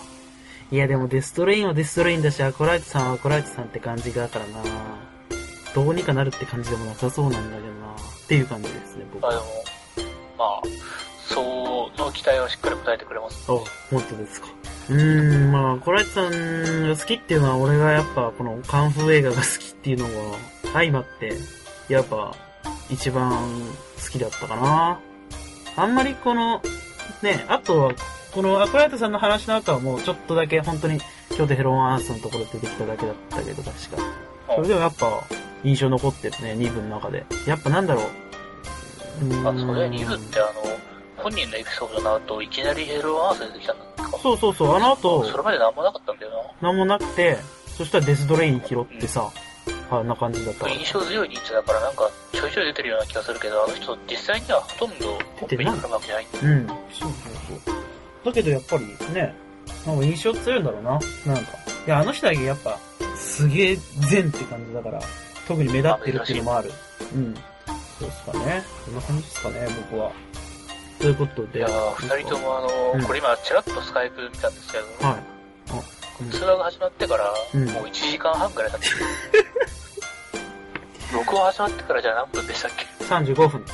S2: いや、でもデストレインはデストレインだし、アコライトさんはアコライトさんって感じだからな。どうにかなるって感じでもなさそうなんだけどな。っていう感じですね、僕
S1: まあで
S2: は。
S1: も、まあ、その期待はしっかり応えてくれます。
S2: あ、本当ですか。うーん、まあ、アコライトさんが好きっていうのは、俺がやっぱ、このカンフー映画が好きっていうのが、相まって、やっぱ、一番好きだったかな。あんまりこの、ね、あとは、このアコライトさんの話の後はもうちょっとだけ本当に、今日でヘロンアースのところで出てきただけだったけど、確か。それでもやっぱ、印象残ってるね、2部の中で。やっぱなんだろう。うーん
S1: あ、それ2部ってあの、本人のエピソードの後、いきなりヘローアース出てきたんだっけか。
S2: そうそうそう、あの後、
S1: それまでなんもなかったんだよ
S2: なんもなくて、そしたらデスドレイン拾ってさ、あんな感じだった
S1: な。
S2: から。
S1: 印象強い忍者だからなんかちょいちょい出てるような気がするけど、あの人実際にはほとんどコンビニに来るわけじゃないんだ。
S2: うん。そうそうそう。だけどやっぱりね、なんか印象強いんだろうな。なんか。いや、あの人だけやっぱ、すげえ善って感じだから、特に目立ってるっていうのもある。うん。そうっすかね。こんな感じですかね、僕は。ということで。
S1: いやー、二人ともあの、
S2: うん
S1: これ今、ちらっとスカイプ見たんですけど、
S2: はい。あ、
S1: 通話が始まってから、
S2: うん
S1: もう1時間半くらい経ってる。 録音始まってからじゃあ何分でしたっけ
S2: 35分。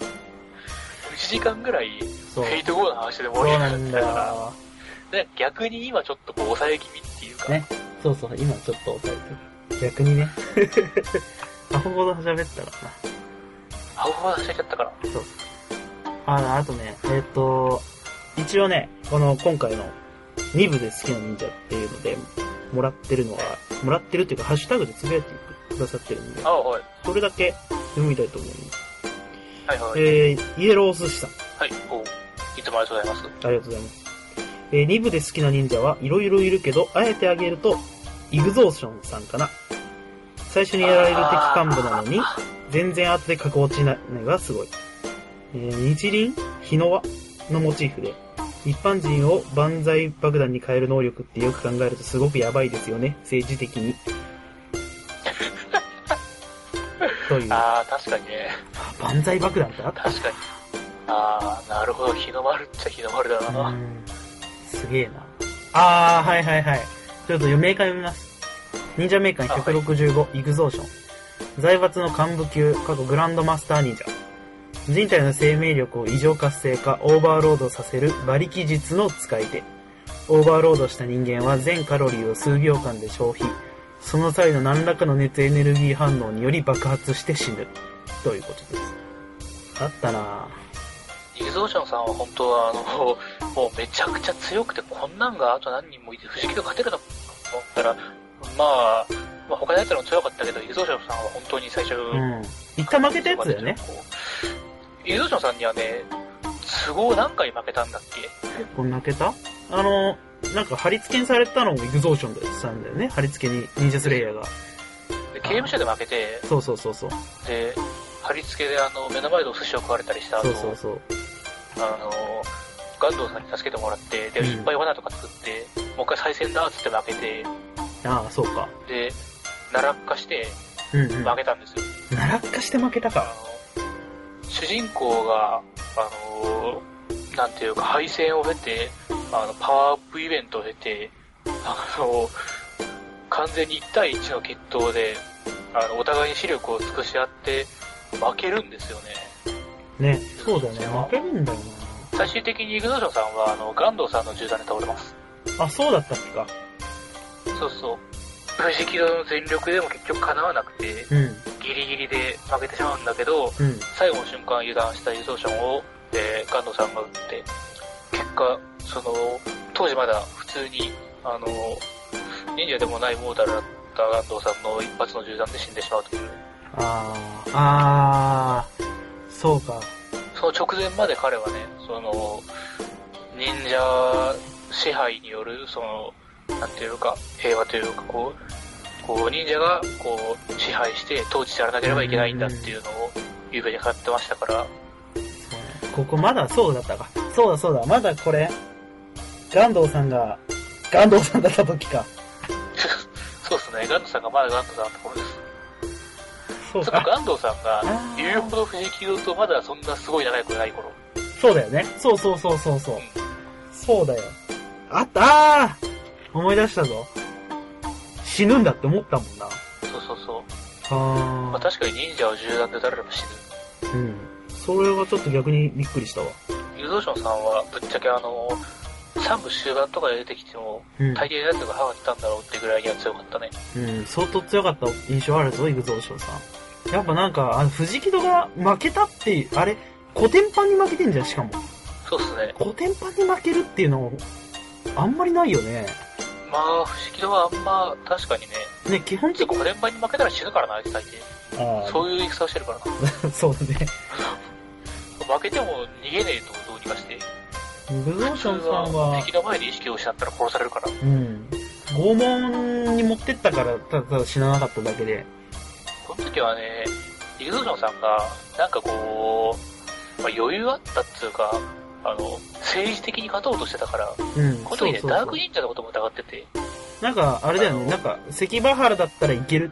S1: ?1 時間ぐらい、
S2: そう。
S1: ヘイトゴーの話で
S2: そ
S1: 盛
S2: う
S1: り上
S2: な
S1: がっ
S2: ん
S1: てたから、
S2: だ。
S1: で逆に今ちょっとこう抑え気味っていうか、
S2: ねそうそう、今ちょっと抑えてる。逆にね。アホほど喋ったらな。
S1: アホほど忘れちゃったから。
S2: そう。あ、あとね、えっ、と、一応ね、この今回の2部で好きな忍者っていうので、もらってるのは、もらってるっていうか、ハッシュタグでつぶやいてくださってるんで、
S1: あ、はい。
S2: それだけ読みたいと思います。
S1: はいはい。
S2: えー、イエロー寿司さん、
S1: はい、おいつもありがとうございます。
S2: ありがとうございます。えー、2部で好きな忍者はいろいろいるけど、あえてあげると、イグゾーションさんかな。最初にやられる敵幹部なのに、全然後で格落ちないのがすごい。えー日輪日の輪のモチーフで、一般人を万歳爆弾に変える能力ってよく考えるとすごくやばいですよね、政治的 に。という、
S1: あー、確かにね。
S2: 万歳爆弾ってあった
S1: 確かに。あー、なるほど。日の丸っちゃ日の丸だな。
S2: う
S1: は
S2: んすげえな。あー、はいはいはい。ちょっとメーカー読みます。忍者メーカー165、イグゾーション。財閥の幹部級、過去グランドマスター忍者。人体の生命力を異常活性化、オーバーロードさせる馬力術の使い手。オーバーロードした人間は全カロリーを数秒間で消費。その際の何らかの熱エネルギー反応により爆発して死ぬ。ということです。あったな
S1: イグゾーションさんは本当は、あの、 もうめちゃくちゃ強くて、こんなんがあと何人もいて、不思議と勝てるのかと思ったら、まあ、まあ、他のやつらも強かったけど、イグゾーションさんは本当に最初、
S2: ぁうん。一回負けたやつだよね。
S1: こう。イグゾーションさんにはね、都合何回負けたんだっけ
S2: これ泣けたあの、なんか貼り付けにされたのもイグゾーションだったんだよね。貼り付けに、忍者スレイヤーが。
S1: で刑務所で負けて、
S2: そうそうそうそう。
S1: で、貼り付けであの目の前でお寿司を食われたりした後、
S2: そうそうそう。
S1: あの、ガンドウさんに助けてもらって、で、
S2: うん
S1: いっぱい罠とか作って、もう一回再戦だっつって負けて、
S2: ああ、そうか。
S1: で、奈落化して
S2: うんうん。
S1: 負けたんですよ。
S2: 奈落化して負けた
S1: あ
S2: か。
S1: の主人公が、あの、なんていうか、敗戦を経て、あの、パワーアップイベントを経て、あの、完全に1対1の決闘で、あの、お互いに視力を尽くし合って、負けるんですよね。
S2: ね。そうだよね。負けるんだよな。
S1: 最終的にイグノーションさんは、あの、ガンドウさんの銃弾で倒れます。
S2: あ、そうだったっけか。
S1: そうそう。藤木の全力でも結局叶わなくて、
S2: うん。
S1: ギリギリで負けてしまうんだけど、
S2: うん。
S1: 最後の瞬間油断した輸送車を、えー、ガンドさんが撃って、結果、その、当時まだ普通に、あの、忍者でもないモータルだったガンドさんの一発の銃弾で死んでしまうという。
S2: ああ、ああ、そうか。
S1: その直前まで彼はね、その、忍者支配による、その、なんていうか、平和というか、こう、こう、忍者が、こう、支配して、統治されなければいけないんだっていうのを、ゆうべに語ってましたから、
S2: ここまだそうだったか。そうだそうだ。まだこれ、ガンドウさんが、ガンドウさんだった時か。
S1: そうですね、ガンドさんがまだガンドさんのところです。
S2: そう
S1: そっか、
S2: か。
S1: ガンドさんが、
S2: あー
S1: 言うほど藤木郎とまだそんなすごい長い子ない頃。
S2: そうだよね。そうそうそうそうそう。そうだよ。あったあー思い出したぞ。死ぬんだって思ったもん
S1: そ
S2: な。
S1: うそうそう。まあ
S2: あ
S1: 確かに忍者は銃弾で撃たれれば死ぬ。
S2: ー。うん。それはちょっと逆にびっくりしたわ。
S1: ユーゾーションさんは、ぶっちゃけあの、3部終盤とかで出てきても、
S2: うん。
S1: 大抵のやつが歯が来たんだろうってぐらいには強かったね。
S2: うん。相当強かった印象あるぞ、イグゾーションさん。やっぱなんか、あの、藤木戸が負けたって、あれ、古典版に負けてんじゃん、しかも。
S1: そうっすね。
S2: 古典版に負けるっていうの、あんまりないよね。
S1: まあ、不思議だはあんま、確かにね、
S2: ね、基本
S1: ちょっ
S2: 的
S1: と5
S2: に。
S1: 連敗に負けたら死ぬからな、あいつ大抵。
S2: あー
S1: そういう戦をしてるからな。
S2: そうだね。
S1: 負けても逃げねえとどうにかして。
S2: イグゾー
S1: 普
S2: シ
S1: 通
S2: ョンさんは
S1: は、敵の前で意識を失ったら殺されるから。
S2: うん。拷問に持ってったから、ただただ死ななかっただけで。
S1: この時はね、イグゾーションさんが、なんかこう、まあ、余裕あったっつうか、あの、政治的に勝とうとしてたから、
S2: うん。
S1: この時ね、
S2: そうそうそう
S1: ダーク忍者のことも疑ってて、
S2: なんか、あれだよ
S1: あ
S2: ね。
S1: の
S2: なんか、関ヶ原だったらいける。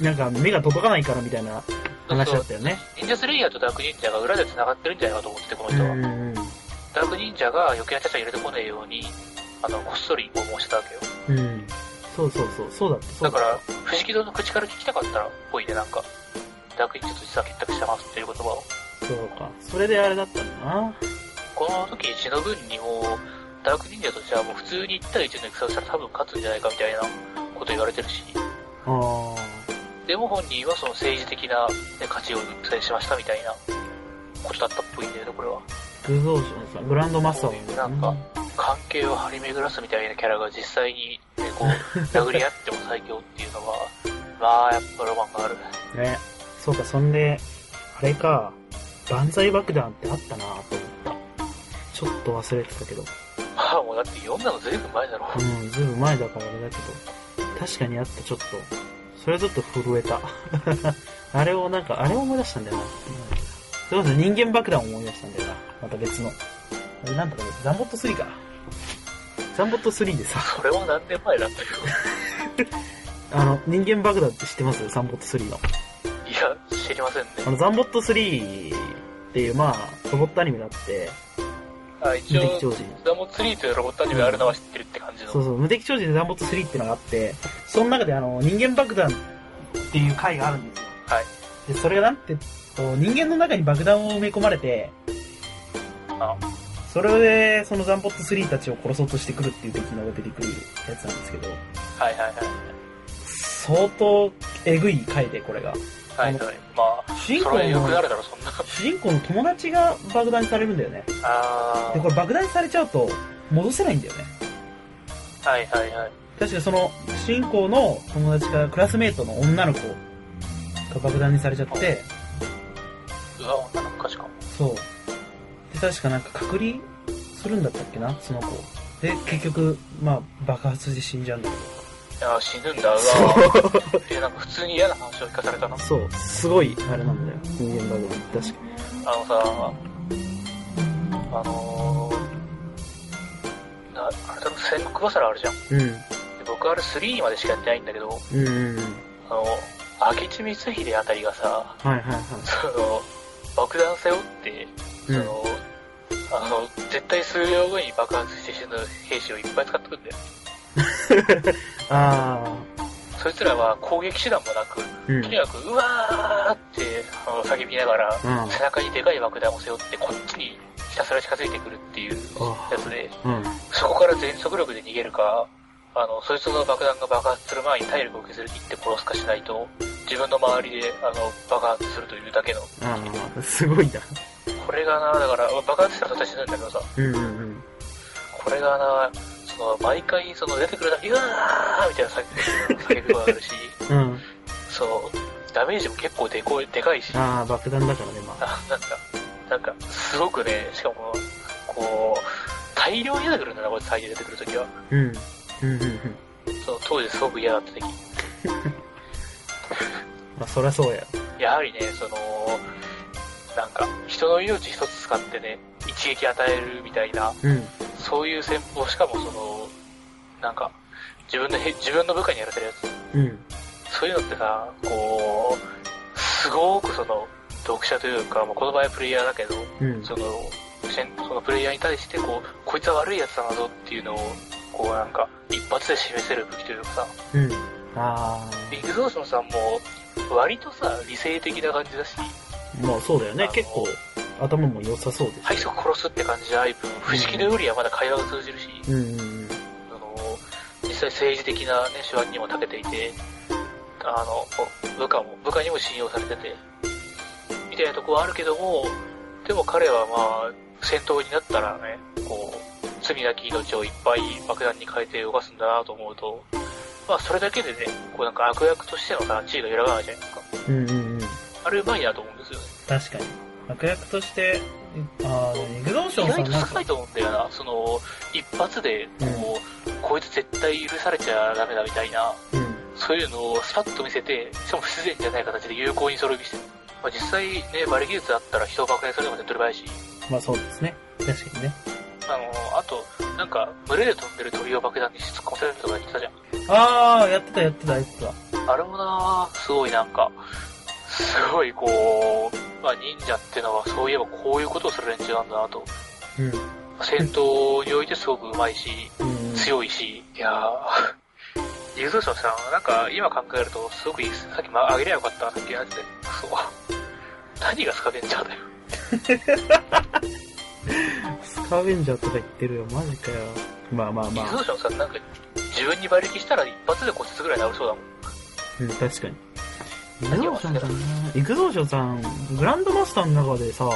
S2: なんか、目が届かないからみたいな話だったよね。
S1: 忍者スレイヤーとダーク忍者が裏で繋がってるんじゃないかと思ってて、この
S2: う
S1: 人
S2: ん
S1: は。
S2: うん
S1: ダーク忍者が余計な手が入れてこないように、あの、こっそり拷問してたわけよ。
S2: うん。うん。そうそうそう、そうだった、そ
S1: だ
S2: う
S1: か
S2: だっ
S1: ら、不思議堂の口から聞きたかったら、ぽいでなんか、ダーク忍者と実は結託してますっていう言葉を。
S2: た。そうか。それであれだったんだな。
S1: この時、忍ぶんにもう、ダーク忍者としてはもう普通に1対1の戦をしたら多分勝つんじゃないかみたいなこと言われてるし、
S2: あ
S1: でも本人はその政治的な、ね、勝ちを実現しましたみたいなことだったっぽいんだよね、これは。
S2: ー、グゾーションさん、グランドマスターもいるだ
S1: なんか関係を張り巡らすみたいなキャラが実際に、ね、こ う、殴り合っても最強っていうのは、まあ、やっぱロマンがある。
S2: ね。そうか、そんで、あれか、万歳爆弾ってあったなと思った。ちょっと忘れてたけど。
S1: まあ、もうだって読んだのずいぶん前だろ。
S2: うん、ずいぶん前だからあれだけど。確かにあった、ちょっと。それはちょっと震えた。 あれをなんか、あれを思い出したんだよな。うんそうそう、人間爆弾を思い出したんだよな。また別の。あれなんだかね、ザンボット3か。ザンボット3でさ、
S1: それは何年前だったよ。
S2: あの、人間爆弾って知ってますザンボット
S1: い
S2: 3の。
S1: や、知りませんね。
S2: あの、ザンボット3っていう、まあ、ロボットアニメがあって、
S1: あ、
S2: 無
S1: 一
S2: 敵
S1: 応、
S2: 超人。
S1: ダモツリーというロボットアニメがあるのは知ってるって感じの。
S2: そうそう、無敵超人でザンボット3っていうのがあって、その中であの、人間爆弾っていう回があるんですよ。
S1: はい。
S2: で、それがなんて、こう人間の中に爆弾を埋め込まれて、
S1: あ
S2: それで、そのザンボット3たちを殺そうとしてくるっていう敵のが出てくるやつなんですけど、
S1: はいはいはい。
S2: 相当えぐい回で、これが。
S1: はいはい。ま
S2: 主人
S1: あ、そ
S2: 公
S1: れ良くな
S2: の、
S1: るだろ、そんな。
S2: 主人公の友達が爆弾にされるんだよね。
S1: あ
S2: で、これ爆弾にされちゃうと、戻せないんだよね。
S1: ー。はいはいはい。
S2: 確かその主人公の友達からクラスメートの女の子が爆弾にされちゃって
S1: うわ、女の子かしかも。
S2: そうで確かなんか隔離するんだったっけなその子で結局まあ爆発で死んじゃうんだ
S1: いや、死ぬんだ、うわ。
S2: けど
S1: で、なんか普通に嫌な話を聞かされたな。
S2: そうすごいあれなんだよ人間爆弾確か
S1: あのさ、あのー、なあれだろ、戦国バサラあるじゃん。で僕あれ3までしかやってないんだけど、
S2: うんうんうん
S1: あの、明智光秀あたりがさ、
S2: はいはいはい
S1: その、爆弾背負って、その、あの、絶対数秒後に爆発して死ぬ兵士をいっぱい使ってくんだよ。
S2: あ
S1: そいつらは攻撃手段もなく、
S2: あうん
S1: とにかく、うわーって、あの、叫びながら、
S2: うん
S1: 背中にでかい爆弾を背負って、こっちにひたすら近づいてくるっていうやつで、
S2: うん
S1: そこから全速力で逃げるか、あの、そいつの爆弾が爆発する前に体力を削り切って殺すかしないと、自分の周りで、あの、爆発するというだけの。
S2: ああすごいな
S1: これがな、だから、爆発したら私死ぬんだけどさ、
S2: うんうんうん
S1: これがな、その、毎回、その、出てくるだけ、うわーみたいな叫び叫び声があるし、
S2: うん
S1: その、ダメージも結構でこい、でかいし、
S2: ああ爆弾だからねまあ
S1: あなんか、なんか、すごくね、しかも、こう、大量に出てくるんだな、これ、最初出てくるときは。
S2: うんうんうんうん
S1: その、当時すごく嫌だった時
S2: まあそりゃそうや
S1: やはりね、その、なんか、人の命一つ使ってね、一撃与えるみたいな、
S2: うん
S1: そういう戦法、しかもその、なんか、自分のへ、自分の部下にやらせるや
S2: うん
S1: つ。そういうのってさ、こう、すごくその、読者というか、まあ、この場合はプレイヤーだけど、
S2: うん
S1: その、戦そのプレイヤーに対して、こう、こいつは悪いやつだなぞっていうのを、こうなんか、一発で示せる武器というかさ、
S2: うん。あ
S1: ビッグゾーションさんも、割とさ、理性的な感じだし、
S2: あ。まあそうだよ
S1: あ
S2: ね
S1: の。
S2: 結構頭も良さそうで
S1: はい、そこ殺すって感じじゃない分、不思議のよりはまだ会話が通じるし、
S2: す。うんうんうん。
S1: あの、実際政治的なね、手腕にも長けていて、あの、部下も、部下にも信用されてて、みたいなとこはあるけども、でも彼はまあ、戦闘になったらね、こう、罪なき命をいっぱい爆弾に変えて動かすんだなと思うと、まあそれだけでね、こうなんか悪役としてのさ、地位が揺らがないじゃないですか。
S2: うんうんうん。
S1: あれうまいなと思うんですよね。
S2: 確かに。悪役として、ああ、エグゾーショ
S1: 意外
S2: ンさん
S1: と
S2: なん
S1: 高
S2: か
S1: い、と思うんだよな、その、一発で、こう、こいつ絶対許されちゃダメだみたいな、
S2: うん。
S1: そういうのをスパッと見せて、しかも不自然じゃない形で有効にそれを見せてる。まあ、実際ね、バリ技術あったら人を爆弾するのも手っ取り早いし、
S2: まあそうですね。確かにね。
S1: あの、あと、なんか、群れで飛んでる鳥を爆弾に突っ込ませるとか言ってたじゃん。
S2: ああ、やってたやってたやってた。
S1: あれもなすごいなんか、すごいこう、まあ、忍者ってのはそういえばこういうことをする連中なんだなと。
S2: うん。
S1: 戦闘においてすごく上手いし、
S2: うん。
S1: 強いし、いや ー、ゆずしょさん、なんか今考えるとすごくいいっす。さっき、まあ、あげりゃよかった、さっきのやつで。そう。 何がスカベンジャーだよ。
S2: スカーベンジャーとか言ってるよ。マジかよ。まあまあま
S1: ゆ
S2: あ。
S1: ずしょさん、なんか自分に馬力したら一発で骨折ぐらい治りそうだもん。
S2: うん、確かに。イ
S1: 何
S2: グゾ
S1: を
S2: ーショ
S1: 忘
S2: ン
S1: れ
S2: さ
S1: た
S2: ん、イグゾーションさん、グランドマスターの中でさ、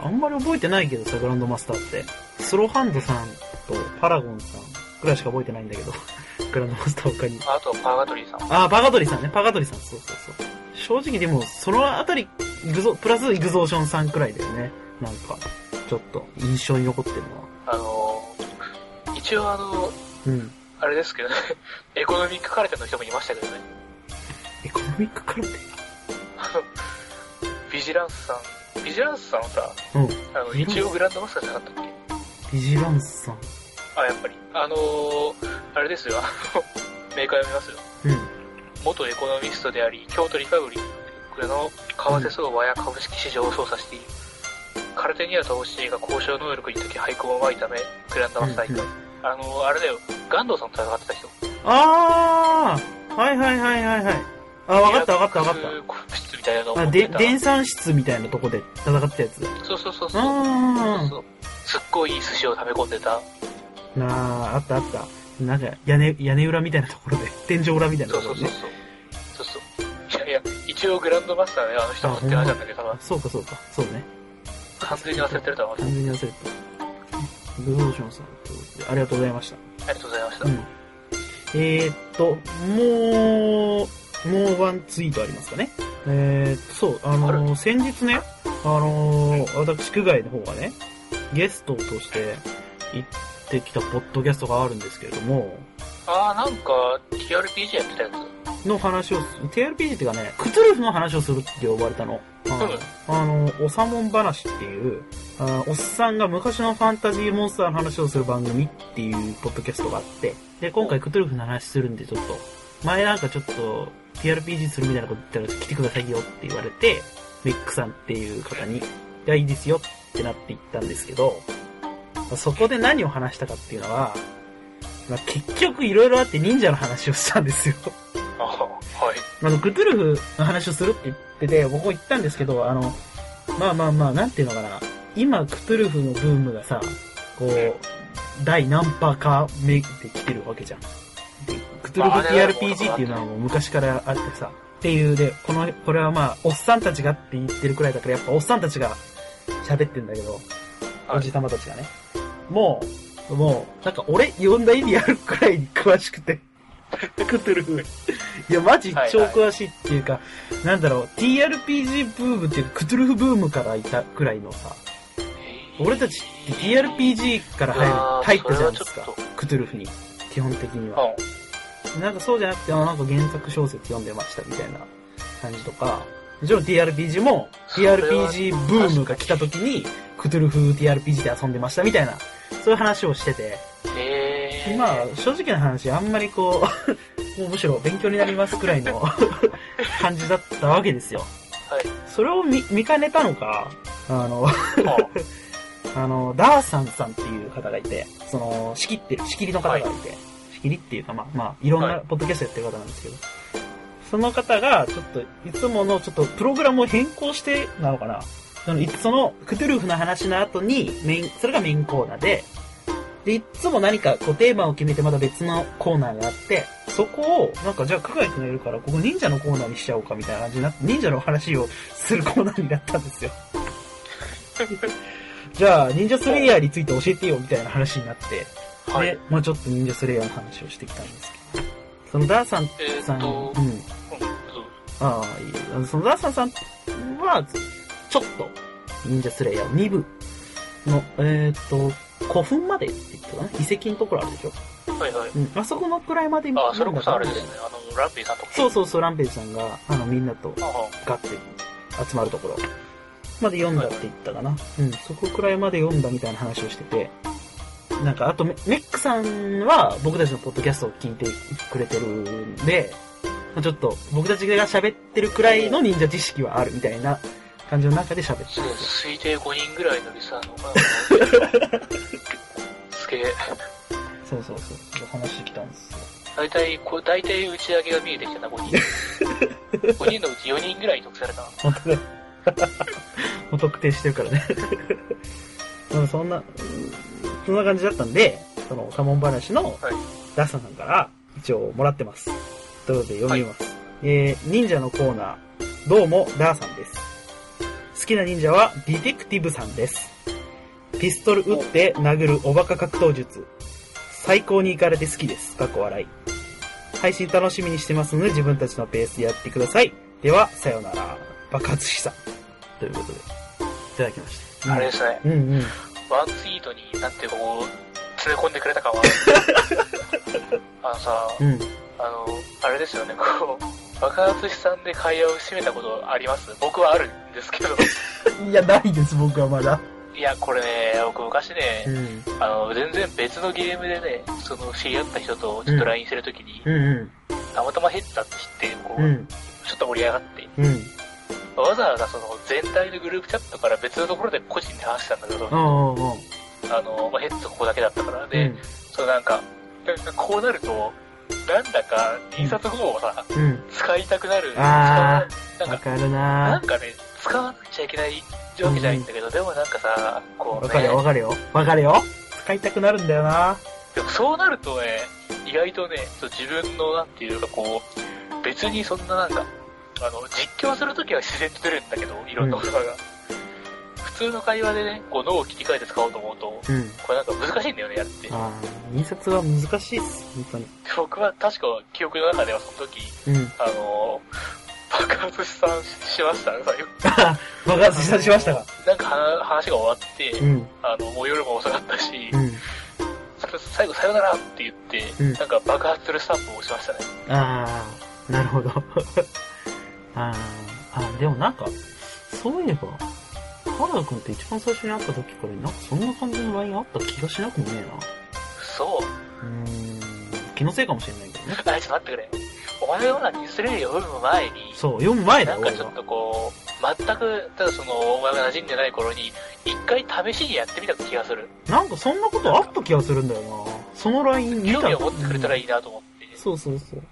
S2: あんまり覚えてないけどさ、グランドマスターって。スローハンドさんとパラゴンさんぐらいしか覚えてないんだけど。 グランドマスター他に。
S1: あとはパーガトリーさん。
S2: あー、パガトリさんね、パガトリさん。そうそうそう。正直でも、そのあたり、イグゾ、プラスイグゾーションさんくらいだよね。なんか、ちょっと印象に残ってるな。
S1: あのー、一応あの、
S2: うん。
S1: あれですけどね、 エコノミックカルテの人もいましたけどね。
S2: エコノミックカルテ
S1: あのビジランスさん、ビジランスさんはさ、
S2: うん。
S1: あの、
S2: ビ
S1: 一
S2: ジランス
S1: 応グランドマスターじゃなかったっけ
S2: ビジランスさん。
S1: あ、やっぱり。あのー、あれですよ、あの、 メーカー読みますよ。
S2: うん。
S1: 元エコノミストであり、京都リカブリックの為替相場や株式市場を操作している。カルテニア投資が交渉能力に時俳句も上手いため、グランドマスターに。あのー、あれだよ、ガンドウさんと戦ってた人。
S2: あーはいはいはいはいはい。あ、わかったわかったわかっ
S1: コック室みたいなのを
S2: た。
S1: 持
S2: あ、
S1: って
S2: で、
S1: た
S2: 電算室みたいなとこで戦ったやつだ。
S1: そうそうそうそう。そう
S2: あ
S1: そうすっごいいい寿司を食べ込んでた。
S2: ー。なあ、あったあった。なんか、屋根、屋根裏みたいなところで、天井裏みたいな
S1: そ
S2: と
S1: う
S2: こ
S1: そ
S2: ろ
S1: う
S2: で
S1: そう
S2: ね。
S1: そう。そうそう。いやいや、一応グランドマスターね、あの人もって話なんだけど、多分
S2: そうかそうか。そうね。
S1: 完全に忘れてると思いま
S2: 完
S1: す。
S2: 全に忘れてた。ブローションさんということでありがとうございました。
S1: ありがとうございました。
S2: うん。えー、っと、もう、もうワンツイートありますかね。えー、っと、そう、あ
S1: あ
S2: のー先日ね、あのー私、区外の方がね、ゲストとして行ってきたポッドキャストがあるんですけれども、
S1: あー、なんか、TRPG やってたやつ。
S2: の話をす、TRPG っていうかね、クトゥルフの話をするって呼ばれたの。あのあの、おさもん話っていうあ、おっさんが昔のファンタジーモンスターの話をする番組っていうポッドキャストがあって、で、今回クトゥルフの話するんでちょっと、前なんかちょっと TRPG するみたいなこと言ったら来てくださいよって言われて、メックさんっていう方に、いや、いいですよってなって行ったんですけど、そこで何を話したかっていうのは、まあ、結局いろいろあって忍者の話をしたんですよ。
S1: あはい。
S2: あの、クトゥルフの話をするって言ってて、僕も言ったんですけど、あの、まあまあまあ、なんていうのかな。今、クトゥルフのブームがさ、こう、第何波かめってきてるわけじゃん。でクトゥ
S1: まあね
S2: ルフ TRPG っていうのはもう昔からあってさ、っていうで、この、これはまあ、おっさんたちがって言ってるくらいだから、やっぱおっさんたちが喋ってんだけど、
S1: はい
S2: おじさまたちがね。もう、もう、なんか俺呼んだ意味あるくらいに詳しくて。クトゥルフ。いや、マジ超詳しいっていうか、なんだろう、TRPG ブームっていうか、クトゥルフブームからいたくらいのさ、俺たちって TRPG から入る、入ったじゃないで
S1: いやー
S2: す
S1: それはちょ
S2: か
S1: っ。
S2: クトゥルフに。基本的には。
S1: と
S2: なんかそうじゃなくて、あ、なんか原作小説読んでましたみたいな感じとか、もちろん TRPG も、
S1: それは
S2: TRPG ブームが来た時に、クトゥルフ TRPG で遊んでましたみたいな、そういう話をしてて、
S1: うん。えー。
S2: まあ、正直な話、あんまりこう、も うむしろ勉強になりますくら いの感じだったわけですよ。
S1: はい。
S2: それを見、見かねたのか、あの、
S1: あ
S2: あの、ダーサンさんっていう方がいて、その、仕切ってる、仕切りの方がいて、仕切りっていうか、まあ、まあ、いろん
S1: は
S2: ないポッドキャストやってる方なんですけど、その方が、ちょっと、いつもの、ちょっと、プログラムを変更して、なのかな、その、いその、クトゥルフの話の後に、メイン、それがメインコーナーで、で、いつも何か、こう、テーマを決めて、また別のコーナーがあって、そこを、なんか、じゃあ、久我井くんがいるから、ここ忍者のコーナーにしちゃおうか、みたいな感じになって、忍者の話をするコーナーになった んですよ。じゃあ、忍者スレイヤーについて教えてよ、みたいな話になって、
S1: はい。
S2: で、まあちょっと忍者スレイヤーの話をしてきたんですけど、そのダーさん
S1: え
S2: さ
S1: ーっ
S2: ん、
S1: と、
S2: うん、
S1: うん、そう
S2: ああ、いいよ。そのダーサンさんは、ちょっと、忍者スレイヤー2部の、えーっと、古墳までって言ったかな遺跡のところあるでしょ
S1: はいはい。
S2: うん。あそこのくらいまで
S1: あ、それこそあれですね、あの、ラッピーさんとか。
S2: そうそうそう、ランページさんが、あの、みんなと
S1: あは
S2: ガッて集まるところまで読んだって言ったかな。うん、そこくらいまで読んだみたいな話をしてて、なんか、あとメ、メックさんは僕たちのポッドキャストを聞いてくれてるんで、まあちょっと僕たちが喋ってるくらいの忍者知識はあるみたいな感じの中で喋って
S1: そう
S2: るんですよ。
S1: 推定5人ぐらいのリサーのまあ すげえ。
S2: そうそうそう。話してきたんですよ。
S1: 大体、こう、大体打ち上げが見えてきたな、5人。5人のうち4人ぐらいに得されたな。
S2: 本当だ。もう特定してるからね。 まあそんな、うんそんな感じだったんで、その、カモン話の
S1: はい、
S2: ダッサンさんから一応もらってます。ということで読みます。えー、忍者のコーナー、どうもダーさんです。好きな忍者はディテクティブさんです。ピストル撃って殴るおバカ格闘術。最高にイカれて好きです。過去笑い。配信楽しみにしてますので自分たちのペースでやってください。では、さようなら。爆発資産。ということで、いただきました。
S1: あれですね、
S2: うんうん。
S1: ワンツイートに、なんていうかこう、詰め込んでくれた感 は。あのさ、
S2: うん。
S1: あの、あれですよね、こう、爆発資産で会話を締めたことあります僕はあるんですけ ど。
S2: いや、ないです、僕はまだ。
S1: いや、これね、僕昔
S2: う
S1: ね、
S2: ん。
S1: あの、全然別のゲームでね、その、知り合った人とちょっと LINE してるときに、
S2: うんう
S1: たまたま減ったって知って、こう、
S2: ん。うん。
S1: ちょっと盛り上がって、
S2: うん。
S1: わざわざその全体のグループチャットから別のところで個人で話してたんだけど、
S2: ああ、ああ。
S1: あの、まあ、ヘッドここだけだったから
S2: う
S1: で、
S2: ん。
S1: そのなんか、なんかこうなると、なんだか印刷法をさ、
S2: うん。
S1: 使いたくなる、使
S2: あ
S1: わなん
S2: わ
S1: か、
S2: かる
S1: な
S2: なん
S1: かね、使わなくちゃいけないわけじゃないんだけど、でもなんかさ、こ
S2: わ
S1: う
S2: かる
S1: ね
S2: よ、、わかるよ。わかるよ。使いたくなるんだよな
S1: でもそうなるとね、意外とね、そう自分のなんていうかこう、別にそんななんか、あの、実況するときは自然と出るんだけど、いろんな言葉が。普通の会話でね、こう脳を切り替えて使おうと思うと、
S2: うん。
S1: これなんか難しいんだよね、やって。
S2: ああ、印刷は難しいっす、本当に。
S1: 僕は確か記憶の中ではその時、
S2: うん。
S1: あのー、爆発しさんしましたね、最後。
S2: 爆発したしましたが。
S1: なんかは話が終わって、
S2: うん。
S1: あの、もう夜も遅かったし、
S2: うん。
S1: 最後さよならって言って、
S2: うん
S1: なんか爆発するスタンプを押しましたね。
S2: ああ、なるほど。 ああ、あでもなんか、そういえば、原田くんって一番最初に会った時から、なんかそんな感じの LINE あった気がしなくもね
S1: そう。
S2: えな。うーん、気のせいかもしれないけどね。
S1: あいつ待ってくれ。お前のようなニュースレビューを読む前に、
S2: そう、読む前だ
S1: な
S2: よ、
S1: んか
S2: 俺
S1: ちょっ
S2: は。
S1: とこう、全く、ただその、お前が馴染んでない頃に、一回試しにやってみた気がする。
S2: なんかそんなことあった気がするんだよな。その LINE 見
S1: 興
S2: た。
S1: 味を持ってくれたらいいなと思って。
S2: そうそうそう。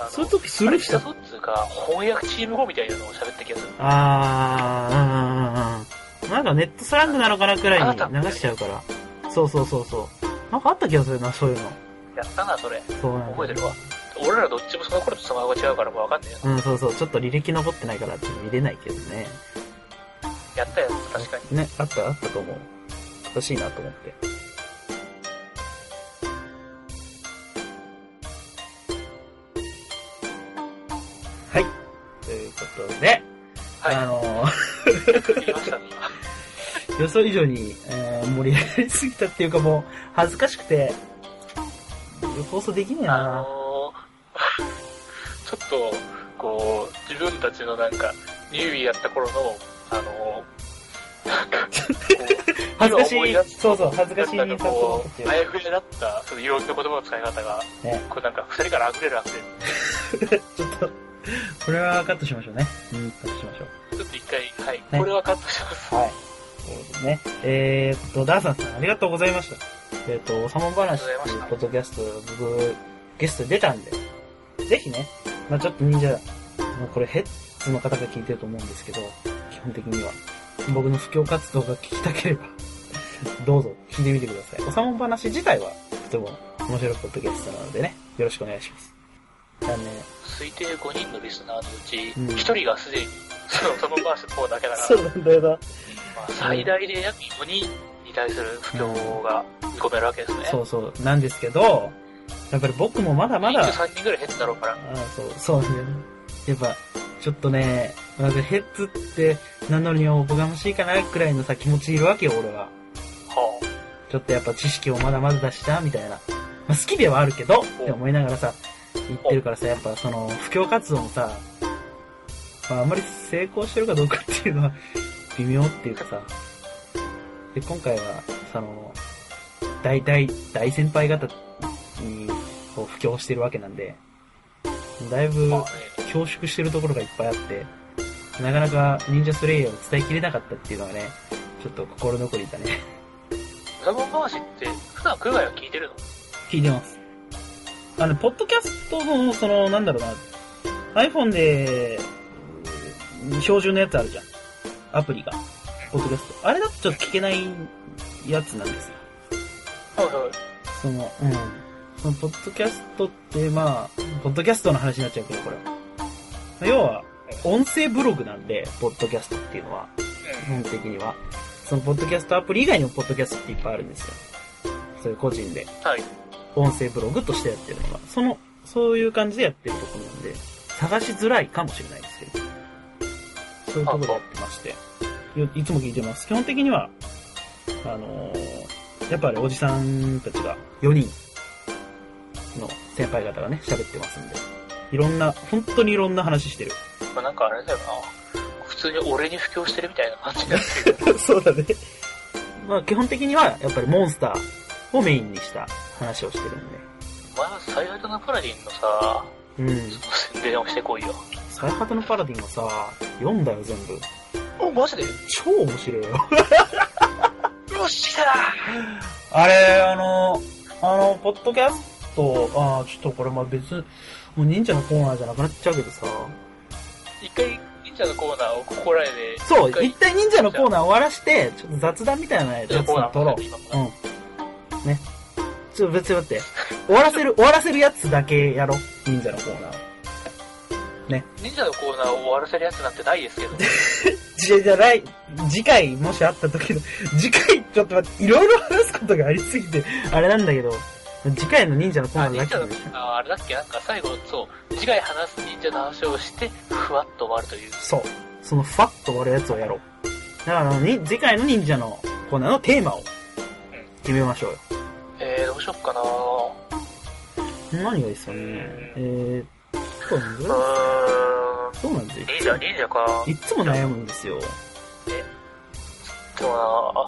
S1: あの
S2: そういう時す
S1: あれ
S2: る
S1: 北
S2: 人。
S1: ソっつうか、翻訳チーム語みたいなのを喋った気がする。
S2: あー、うんうんうんうん。なんかネットスラングなのかなくら
S1: あ
S2: い
S1: った
S2: に流しちゃうから。そうそうそうそう。なんかあった気がするな、そういうの。
S1: やったな、それ。
S2: そうなんだ
S1: 覚えてるわ。俺らどっちもその頃とスマホが違うからもうわかんねえよ。
S2: うん、そうそう。ちょっと履歴残ってないから見れないけどね。
S1: やったやつ、確かに。
S2: ね、あった、あったと思う。正しいなと思って。はい。ということで、
S1: はい
S2: あのー、
S1: 言いましたね。
S2: 予想以上に、えー盛り上がりすぎたっていうかもう、恥ずかしくて、放送できねえ
S1: あ
S2: な
S1: のー、ちょっと、こう、自分たちのなんか、ニュービーやった頃の、あのー、なんか、
S2: 恥ずかし
S1: 今思い
S2: い
S1: 出、す
S2: そうそう、恥ずかしい
S1: なんか
S2: さと
S1: こ
S2: 思って
S1: う、あやふやだった、そのいろんな言葉の使い方が、
S2: ね
S1: こうなんか、二人から溢れる溢れる。
S2: ちょっと、これはカットしましょうね。うん、カットしましょう。
S1: ちょっと一回、はい、これはカットします。
S2: はい。そうですね。えー、っと、ダーサンさん、ありがとうございました。えー、っと、サモン話
S1: あ
S2: と
S1: り
S2: いう
S1: が
S2: ポ
S1: と
S2: ッドキャスト、僕、ゲストで出たんで、ぜひね、まあちょっと忍者、もうこれヘッズの方が聞いてると思うんですけど、基本的には。僕の布教活動が聞きたければ、 どうぞ聞いてみてください。おさもん話自体は、とても面白いポッドキャストなのでね、よろしくお願いします。じゃあね、
S1: 推定5人のリスナーのうち、
S2: うん
S1: 1人がすでに、その、そのバースの方だけだか
S2: そ
S1: ら
S2: う、なんだよな。
S1: まあ、最大で約4人に対する不況が見込めるわけですね。
S2: そうそう、なんですけど、やっぱり僕もまだまだ、
S1: 23人ぐらい減っただろうから。
S2: ああ、そう、そうなんだよね。やっぱ、ちょっとね、なんかヘッズって名乗るにはおこがましいかなくらいのさ、気持ちいるわけよ、俺は。
S1: は
S2: ちょっとやっぱ知識をまだまだ出した、みたいな。まあ、好きではあるけど、って思いながらさ、言ってるからさ、やっぱその、布教活動もさ、まあ、あんまり成功してるかどうかっていうのは、 微妙っていうかさ。で、今回は、その、大、大、大先輩方に、こう、布教してるわけなんで、だいぶ
S1: まあね、
S2: 恐縮してるところがいっぱいあって、なかなか忍者スレイヤーを伝えきれなかったっていうのはね、ちょっと心残りだね。
S1: 裏本話って普段空外は聞いてるの
S2: 聞いてます。あの、ポッドキャストの、その、なんだろうな、iPhone で、うん標準のやつあるじゃん。アプリが。ポッドキャスト。あれだとちょっと聞けないやつなんですよ。
S1: はいはい。
S2: その、うん。その、ポッドキャストって、まあ、ポッドキャストの話になっちゃうけど、これは。要は、音声ブログなんで、ポッドキャストっていうのは、基本的には。その、ポッドキャストアプリ以外にも、ポッドキャストっていっぱいあるんですよ。そういう個人で。
S1: うん。はい。
S2: 音声ブログとしてやってるのが、その、そういう感じでやってるところなんで、探しづらいかもしれないですけど、そういうところでやってまして、よいつも聞いてます。基本的には、あのーやっぱりおじさんたちが4人の先輩方がね、喋ってますんで、いろんな、本当にいろんな話してる。
S1: まあ、なんかあれだよな。普通に俺に布教してるみたいな感じになってる。
S2: そうだね。まあ基本的には、やっぱりモンスターをメインにした話をしてるんで、
S1: お前はサイハイトのパラディンのさ、
S2: うん。
S1: 宣伝をしてこいよ。
S2: 最果てのパラディンはさ、読んだよ全部。
S1: お、マジで
S2: 超面白いよ。
S1: よっしゃ
S2: あれ、あの、あの、ポッドキャスト、あーちょっとこれまあ別、もう忍者のコーナーじゃなくなっちゃうけどさ。
S1: ー一回、忍者のコーナーをここらへで、
S2: そう、
S1: 一
S2: 一回忍者のコーナー終わらして、ちょっと雑談みたいなやつ
S1: 回、
S2: を
S1: コーナー
S2: 撮ろう。
S1: 今
S2: うん。ね。ちょっと別に待って。終わらせる、終わらせるやつだけやろう。忍者のコーナーを。
S1: 忍者のコーナーを終わらせるやつなんてないですけど。
S2: じゃ、じゃあ来、次回もしあった時の、次回ちょっと待って、いろいろ話すことがありすぎて、あれなんだけど、次回の忍者のコー
S1: あ、
S2: ナ
S1: 忍
S2: ーだけ
S1: 者
S2: で
S1: の、ああれだっけなんか最後、そう、次回話す忍者の話をして、ふわっと終わるという。
S2: そう。そのファッと終わるやつをやろう。だからに、次回の忍者のコーナーのテーマを決めましょうよ。
S1: えー、どうしよっかな
S2: 何がいいですかね。えー、っと、どう
S1: う
S2: そうなんです
S1: ー
S2: よ
S1: ん、。忍者、忍者か。
S2: いっつも悩むんですよ。
S1: でも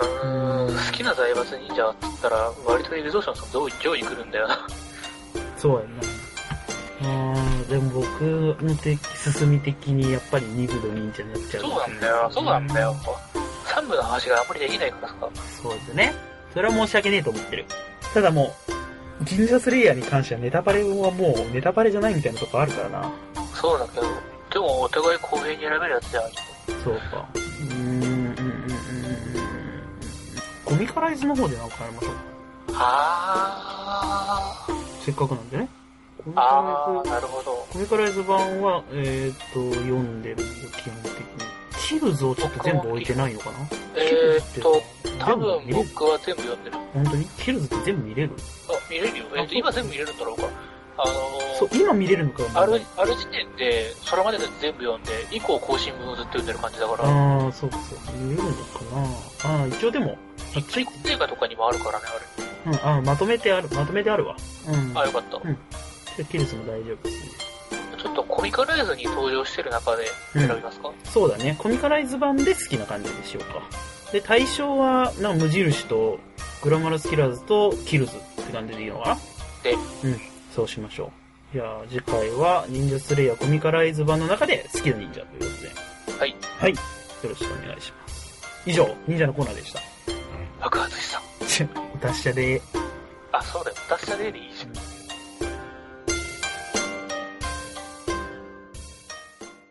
S1: なうーん、好きな財閥忍者って言ったら、割とエグゾーションさん上位上位来るんだよな。
S2: そうやんな。うーん、でも僕のて進み的にやっぱり二部の忍者になっちゃう。
S1: そうなんだよ、そうなんだよ。三部の話があんまりできないからさ。
S2: そうですね。それは申し訳ねえと思ってる。ただもう、忍者スレイヤーに関してはネタバレはもうネタバレじゃないみたいなとこあるからな。
S1: そうだけど、でもお互い公平に選べるやつじゃない。
S2: そうか。うーん、うん、うん、うん。コミカライズの方でなんかやりましょう。
S1: あー、
S2: せっかくなんでね。コミカ
S1: あ
S2: ライ
S1: ー、
S2: ズ、
S1: なるほど。
S2: コミカライズ版は、えーっと、読んでるんで、基本的に。キルズをちょっと全部置いてないのかな
S1: えーっと、多
S2: 全部
S1: 分
S2: 見れる
S1: 僕は全部読んでる。
S2: 本当にキルズって全部見れる
S1: あ、見れるよ。えーっと、今全部見れるんだろうか。あの
S2: そう
S1: ー、、
S2: 今見れるのか
S1: ある、ある時点で、それまでのやつ全部読んで、以降更新分をずっと読んでる感じだから、
S2: ああ、そうかそうか。見れるのかなああ、一応でも、あつ
S1: 追
S2: い
S1: 加追加とかにもあるからね、あれ。
S2: うん、ああ、まとめてある、まとめてあるわ。うん。
S1: あ、よかった。
S2: でキルズも大丈夫ですね。
S1: ちょっとコミカライズに登場してる中で選びますか、
S2: そうだね。コミカライズ版で好きな感じでしようか。で、対象は、なんか無印と、グラマラスキラーズとキルズって感じでいいのかな
S1: で
S2: うん。そうしましょう。じゃあ、次回は、忍者スレイヤーコミカライズ版の中で好きな忍者ということで。
S1: はい。
S2: はい。よろしくお願いします。以上、忍者のコーナーでした。
S1: 爆発した。
S2: 達者で。
S1: あ、そうだよ。達者ででいいじゃん。